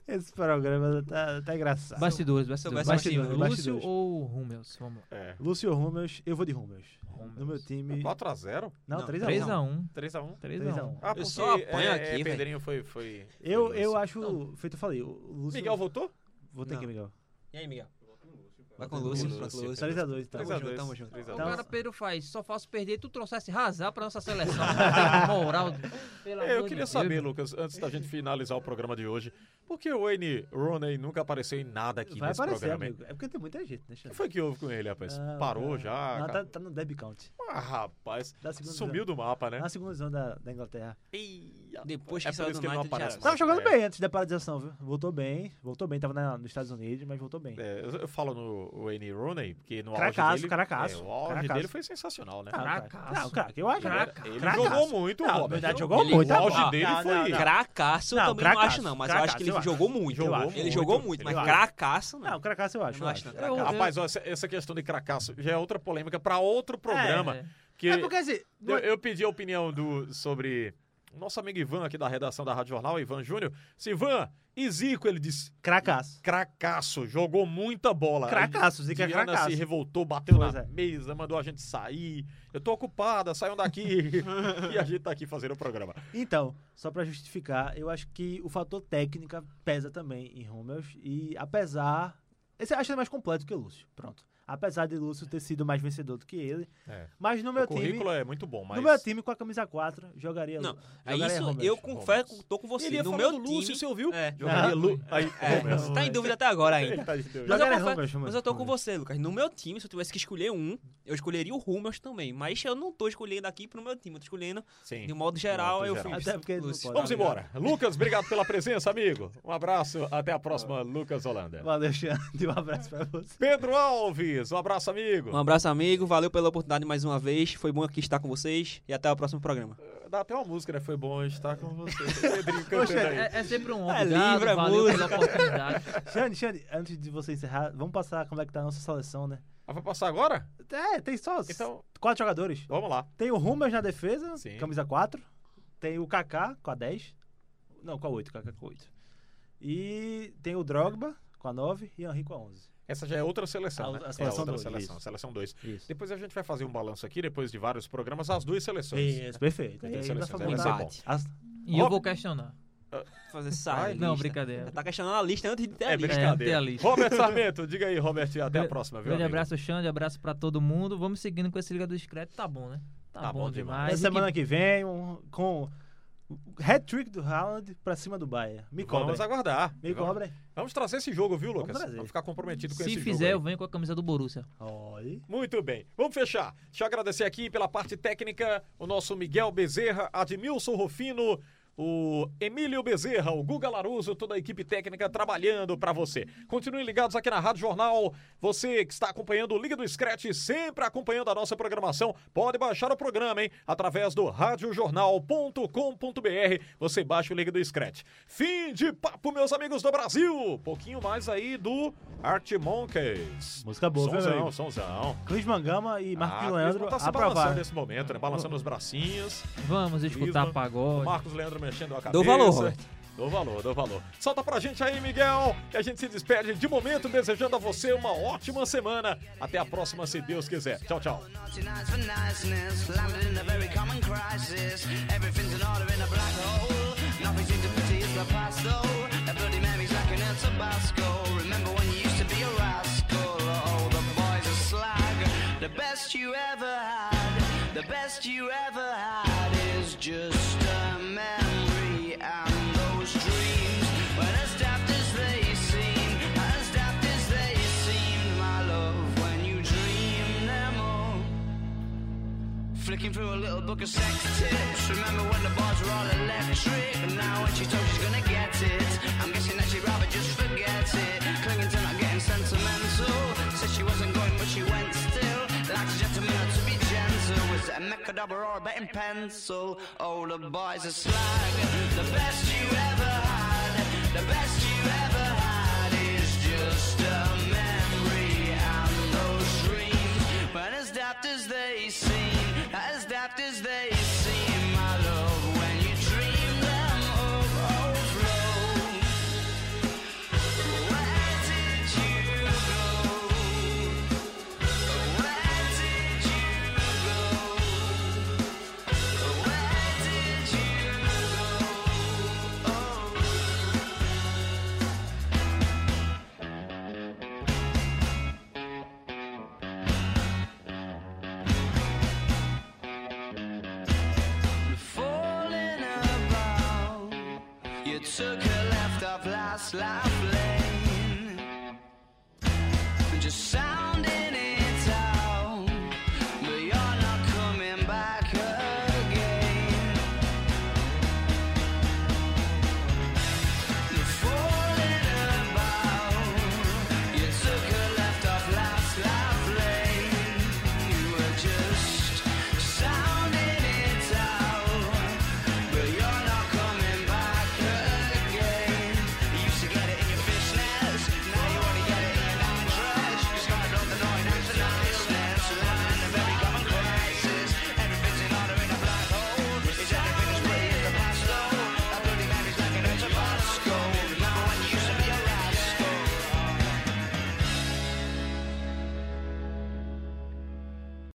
F: Esse programa tá, tá engraçado.
I: Bastidores, bastidores.
G: soubesse um time,
I: Lúcio
F: bastidores.
I: ou Rummels? Vamos lá.
E: É.
F: Lúcio Rummers, eu vou de Rummers. No meu
I: Rummels.
F: time.
E: 4x0?
F: Não,
G: Não,
F: 3x1.
I: 3x1.
E: 3x1.
I: 3x1.
E: Ah, porque
G: só apanho
E: é,
G: aqui,
E: é,
G: velho.
E: Pedrinho foi, foi.
F: Eu,
E: foi
F: eu
E: isso.
F: acho. Feito, eu falei. O Lúcio.
E: Miguel votou?
F: Votei
G: Não.
F: aqui, Miguel.
G: E aí, Miguel? Vai com o Lúcio. Vai com o Lúcio.
F: 3x2, então.
G: Tamo junto,
E: 3x2.
G: tamo junto.
I: O
E: 3x2.
F: Então-
I: cara Pedro faz, só faço perder, tu trouxesse razar pra nossa seleção. Cara, moral. Pelo
E: É,
I: amor
E: eu
I: de
E: queria
I: Deus,
E: saber,
I: meu.
E: Lucas, antes da gente finalizar o programa de hoje, por que o Wayne Rooney nunca apareceu em nada aqui
F: Vai
E: nesse
F: aparecer,
E: programa? hein?
F: amigo. É porque tem muita gente, né,
E: O
F: Xande?
E: que foi que houve com ele, rapaz?
F: Não,
E: Parou
F: não.
E: já?
F: Não,
E: cara?
F: tá, tá no deb count.
E: Ah, rapaz,
F: Da segunda
E: sumiu do mapa, né?
F: Na segunda divisão da, da Inglaterra.
G: Depois
E: É por
G: que saiu
E: isso
G: do
E: que ele não
G: United, já
E: aparece
G: era.
E: mais.
F: Tava Tá jogando
E: é.
F: bem antes da paralisação, viu? Voltou bem, voltou bem. Tava na- nos Estados Unidos, mas voltou bem.
E: É, eu, eu falo no Wayne Rooney, porque no auge
F: Cracaço,
E: dele...
F: cracaço,
E: é, o auge
F: cracaço.
E: dele foi sensacional, né?
F: Ah, cara.
I: Cracaço.
F: Não, craque, eu acho. né?
I: Cracaço.
E: ele
F: cracaço.
E: jogou muito,
F: Não,
E: Robert.
F: na verdade,
E: Ele-
F: jogou
G: Ele-
F: muito.
E: O auge
F: agora.
E: dele
G: não,
E: foi...
G: não, Cracaço eu
F: Não,
G: também não
F: cracaço,
G: acho, não. Mas eu acho
F: cracaço,
G: que ele
F: eu acho.
G: jogou muito.
E: Jogou
G: Ele
E: muito.
G: jogou muito,
E: Eu
G: mas
E: acho.
G: cracaço,
F: Não,
G: não.
F: cracaço eu acho.
G: Não
F: eu
G: acho,
F: acho.
G: não, cracaço.
E: Rapaz, ó, essa, essa questão de cracaço já é outra polêmica pra outro programa.
I: É,
E: que
F: É porque assim.
E: eu, eu pedi a opinião do sobre nosso amigo Ivan aqui da redação da Rádio Jornal, Ivan Júnior. Se Ivan e Zico, ele disse
F: Cracaço.
E: cracaço, jogou muita bola.
F: Cracaço,
E: Aí,
F: Zico é
E: Diana
F: cracaço.
E: se revoltou, bateu
F: Pois
E: na
F: é.
E: mesa, mandou a gente sair. Eu tô ocupada, saiam daqui. e a gente tá aqui fazendo o programa.
F: Então, só pra justificar, eu acho que o fator técnica pesa também em Hummels. E apesar. Esse eu acho ele mais completo que o Lúcio. Pronto. Apesar de Lúcio ter sido mais vencedor do que ele.
E: É.
F: Mas no
E: o
F: meu time.
E: currículo é muito bom, mas
F: No meu time, com a camisa 4, jogaria
G: Não,
F: Lu-
G: É
F: jogaria
G: isso,
F: Hummels.
G: eu confesso, tô com você.
E: Ele ia
G: No
E: falar
G: meu
E: do
G: time...
E: Lúcio, você ouviu?
G: É.
E: Jogaria Lu... Aí,
G: É,
E: Romero.
G: você tá em dúvida até agora ainda.
E: Tá de doido.
G: Mas eu,
F: Jogaria
G: confesso-
F: Hummels, Hummels,
G: mas eu tô com
F: Hummels.
G: você, Lucas. No meu time, se eu tivesse que escolher um, eu escolheria o Rummels também. Mas eu não tô escolhendo aqui pro meu time. Eu tô escolhendo,
E: Sim.
G: de modo geral,
E: modo
G: eu
E: geral.
G: fui.
F: Até porque ele não
G: Lúcio.
F: pode.
E: Vamos embora. Lucas, obrigado pela presença, amigo. Um abraço, até a próxima, Lucas Holanda.
F: Valeu, Xande. Um abraço pra você.
E: Pedro Alves, um abraço, amigo.
G: Um abraço, amigo. Valeu pela oportunidade mais uma vez. Foi bom aqui estar com vocês. E até o próximo programa.
E: Dá até uma música, né? Foi bom estar com você. Pedrinho cantando aí.
I: é, é sempre um
G: É
I: obrigado,
G: livre, é
I: valeu pela
G: música.
I: oportunidade.
F: Xande, Xande, antes de você encerrar, vamos passar como é que tá a nossa seleção, né?
E: Ah, vai passar agora?
F: É, tem só s-
E: Então,
F: quatro jogadores.
E: vamos lá.
F: Tem o Rumas na defesa,
E: Sim.
F: camisa 4. Tem o Kaká com a 10. Não, com a 8, Kaká com a 8. E tem o Drogba com a 9 e o Henrique com a 11.
E: Essa já é outra seleção, né?
F: A- a seleção
E: é outra
F: dois,
E: seleção,
F: isso.
E: seleção 2.
F: Isso.
E: Depois a gente vai fazer um balanço aqui, depois de vários programas, as duas seleções.
F: Isso, Então, é perfeito.
E: Tem
F: E aí
E: seleções,
F: vai
E: vai
F: montar
E: ser
F: a-
E: bom.
F: as-
I: E eu vou questionar.
E: Tá
G: Vou Fazer sair.
I: Não, brincadeira.
G: Tá questionando a lista antes de ter a
E: É
G: lista.
I: É, tem a
E: brincadeira.
I: lista.
E: Robert Sarmento, diga aí, Robert, e até a
I: Grande-
E: próxima, viu?
I: Grande
E: amigo?
I: abraço, Xande. Abraço pra todo mundo. Vamos seguindo com esse Liga do Discreto. Tá bom, né?
E: Tá bom demais.
F: Na
I: E
F: semana que vem, um- com o hat-trick do Haaland pra cima do Bahia. Me
E: Vamos
F: cobra.
E: aguardar.
F: Me
E: Vamos-
F: cobra.
E: Vamos trazer esse jogo, viu,
F: Vamos
E: Lucas?
F: trazer.
E: Vamos ficar comprometido com
I: Se
E: esse
I: fizer, eu
E: jogo. aí.
I: venho com a camisa do Borussia.
F: Olha.
E: Muito bem. Vamos fechar. Deixa eu agradecer aqui pela parte técnica o nosso Miguel Bezerra, Admilson Rufino, o Emílio Bezerra, o Guga Laruso, toda a equipe técnica trabalhando para você. Continuem ligados aqui na Rádio Jornal. Você que está acompanhando o Liga do Scratch, sempre acompanhando a nossa programação, pode baixar o programa, hein? Através do radiojornal.com.br. Você baixa o Liga do Scratch. Fim de papo, meus amigos do Brasil. Pouquinho mais aí do Art Monkeys.
F: Música boa, viu,
E: Sonzão,
F: amigo?
E: sonzão.
F: Cris Mangama e Marcos
E: Ah,
F: Leandro
E: Clisman tá se balançando
F: aprovaram.
E: nesse momento, né? Balançando os bracinhos.
I: Vamos escutar
E: Clisman,
I: pagode.
E: Marcos Leandro mexendo a cabeça.
G: Dou valor, Robert.
E: Dou valor, dou valor. Solta pra gente aí, Miguel, que a gente se despede de momento, desejando a você uma ótima semana. Até a próxima, se Deus quiser. Tchau, tchau.
D: Naughty nights for niceness, landed in a very common crisis. Everything's in order in a black hole. Nothing seems to pity is the past though. A bloody memory's like an El Tabasco. Remember when you used to be a rascal? Oh, the boys are slag. The best you ever had, the best you ever had is just a memory and those dreams. When as daft as they seem, as daft as they seem, my love, when you dream them all. Flicking through a little book of sex tips. Remember when the bars were all electric? Now when she told she's gonna get it, I'm guessing that she'd rather just forget it. Clinging to not getting sentimental. Said she wasn't going, but she went still. Like a gentleman to be gentle. Was it a mechadabra or a betting pencil? Oh, the boys are slag. The best you ever had. The best took her left off last life lane. Just sound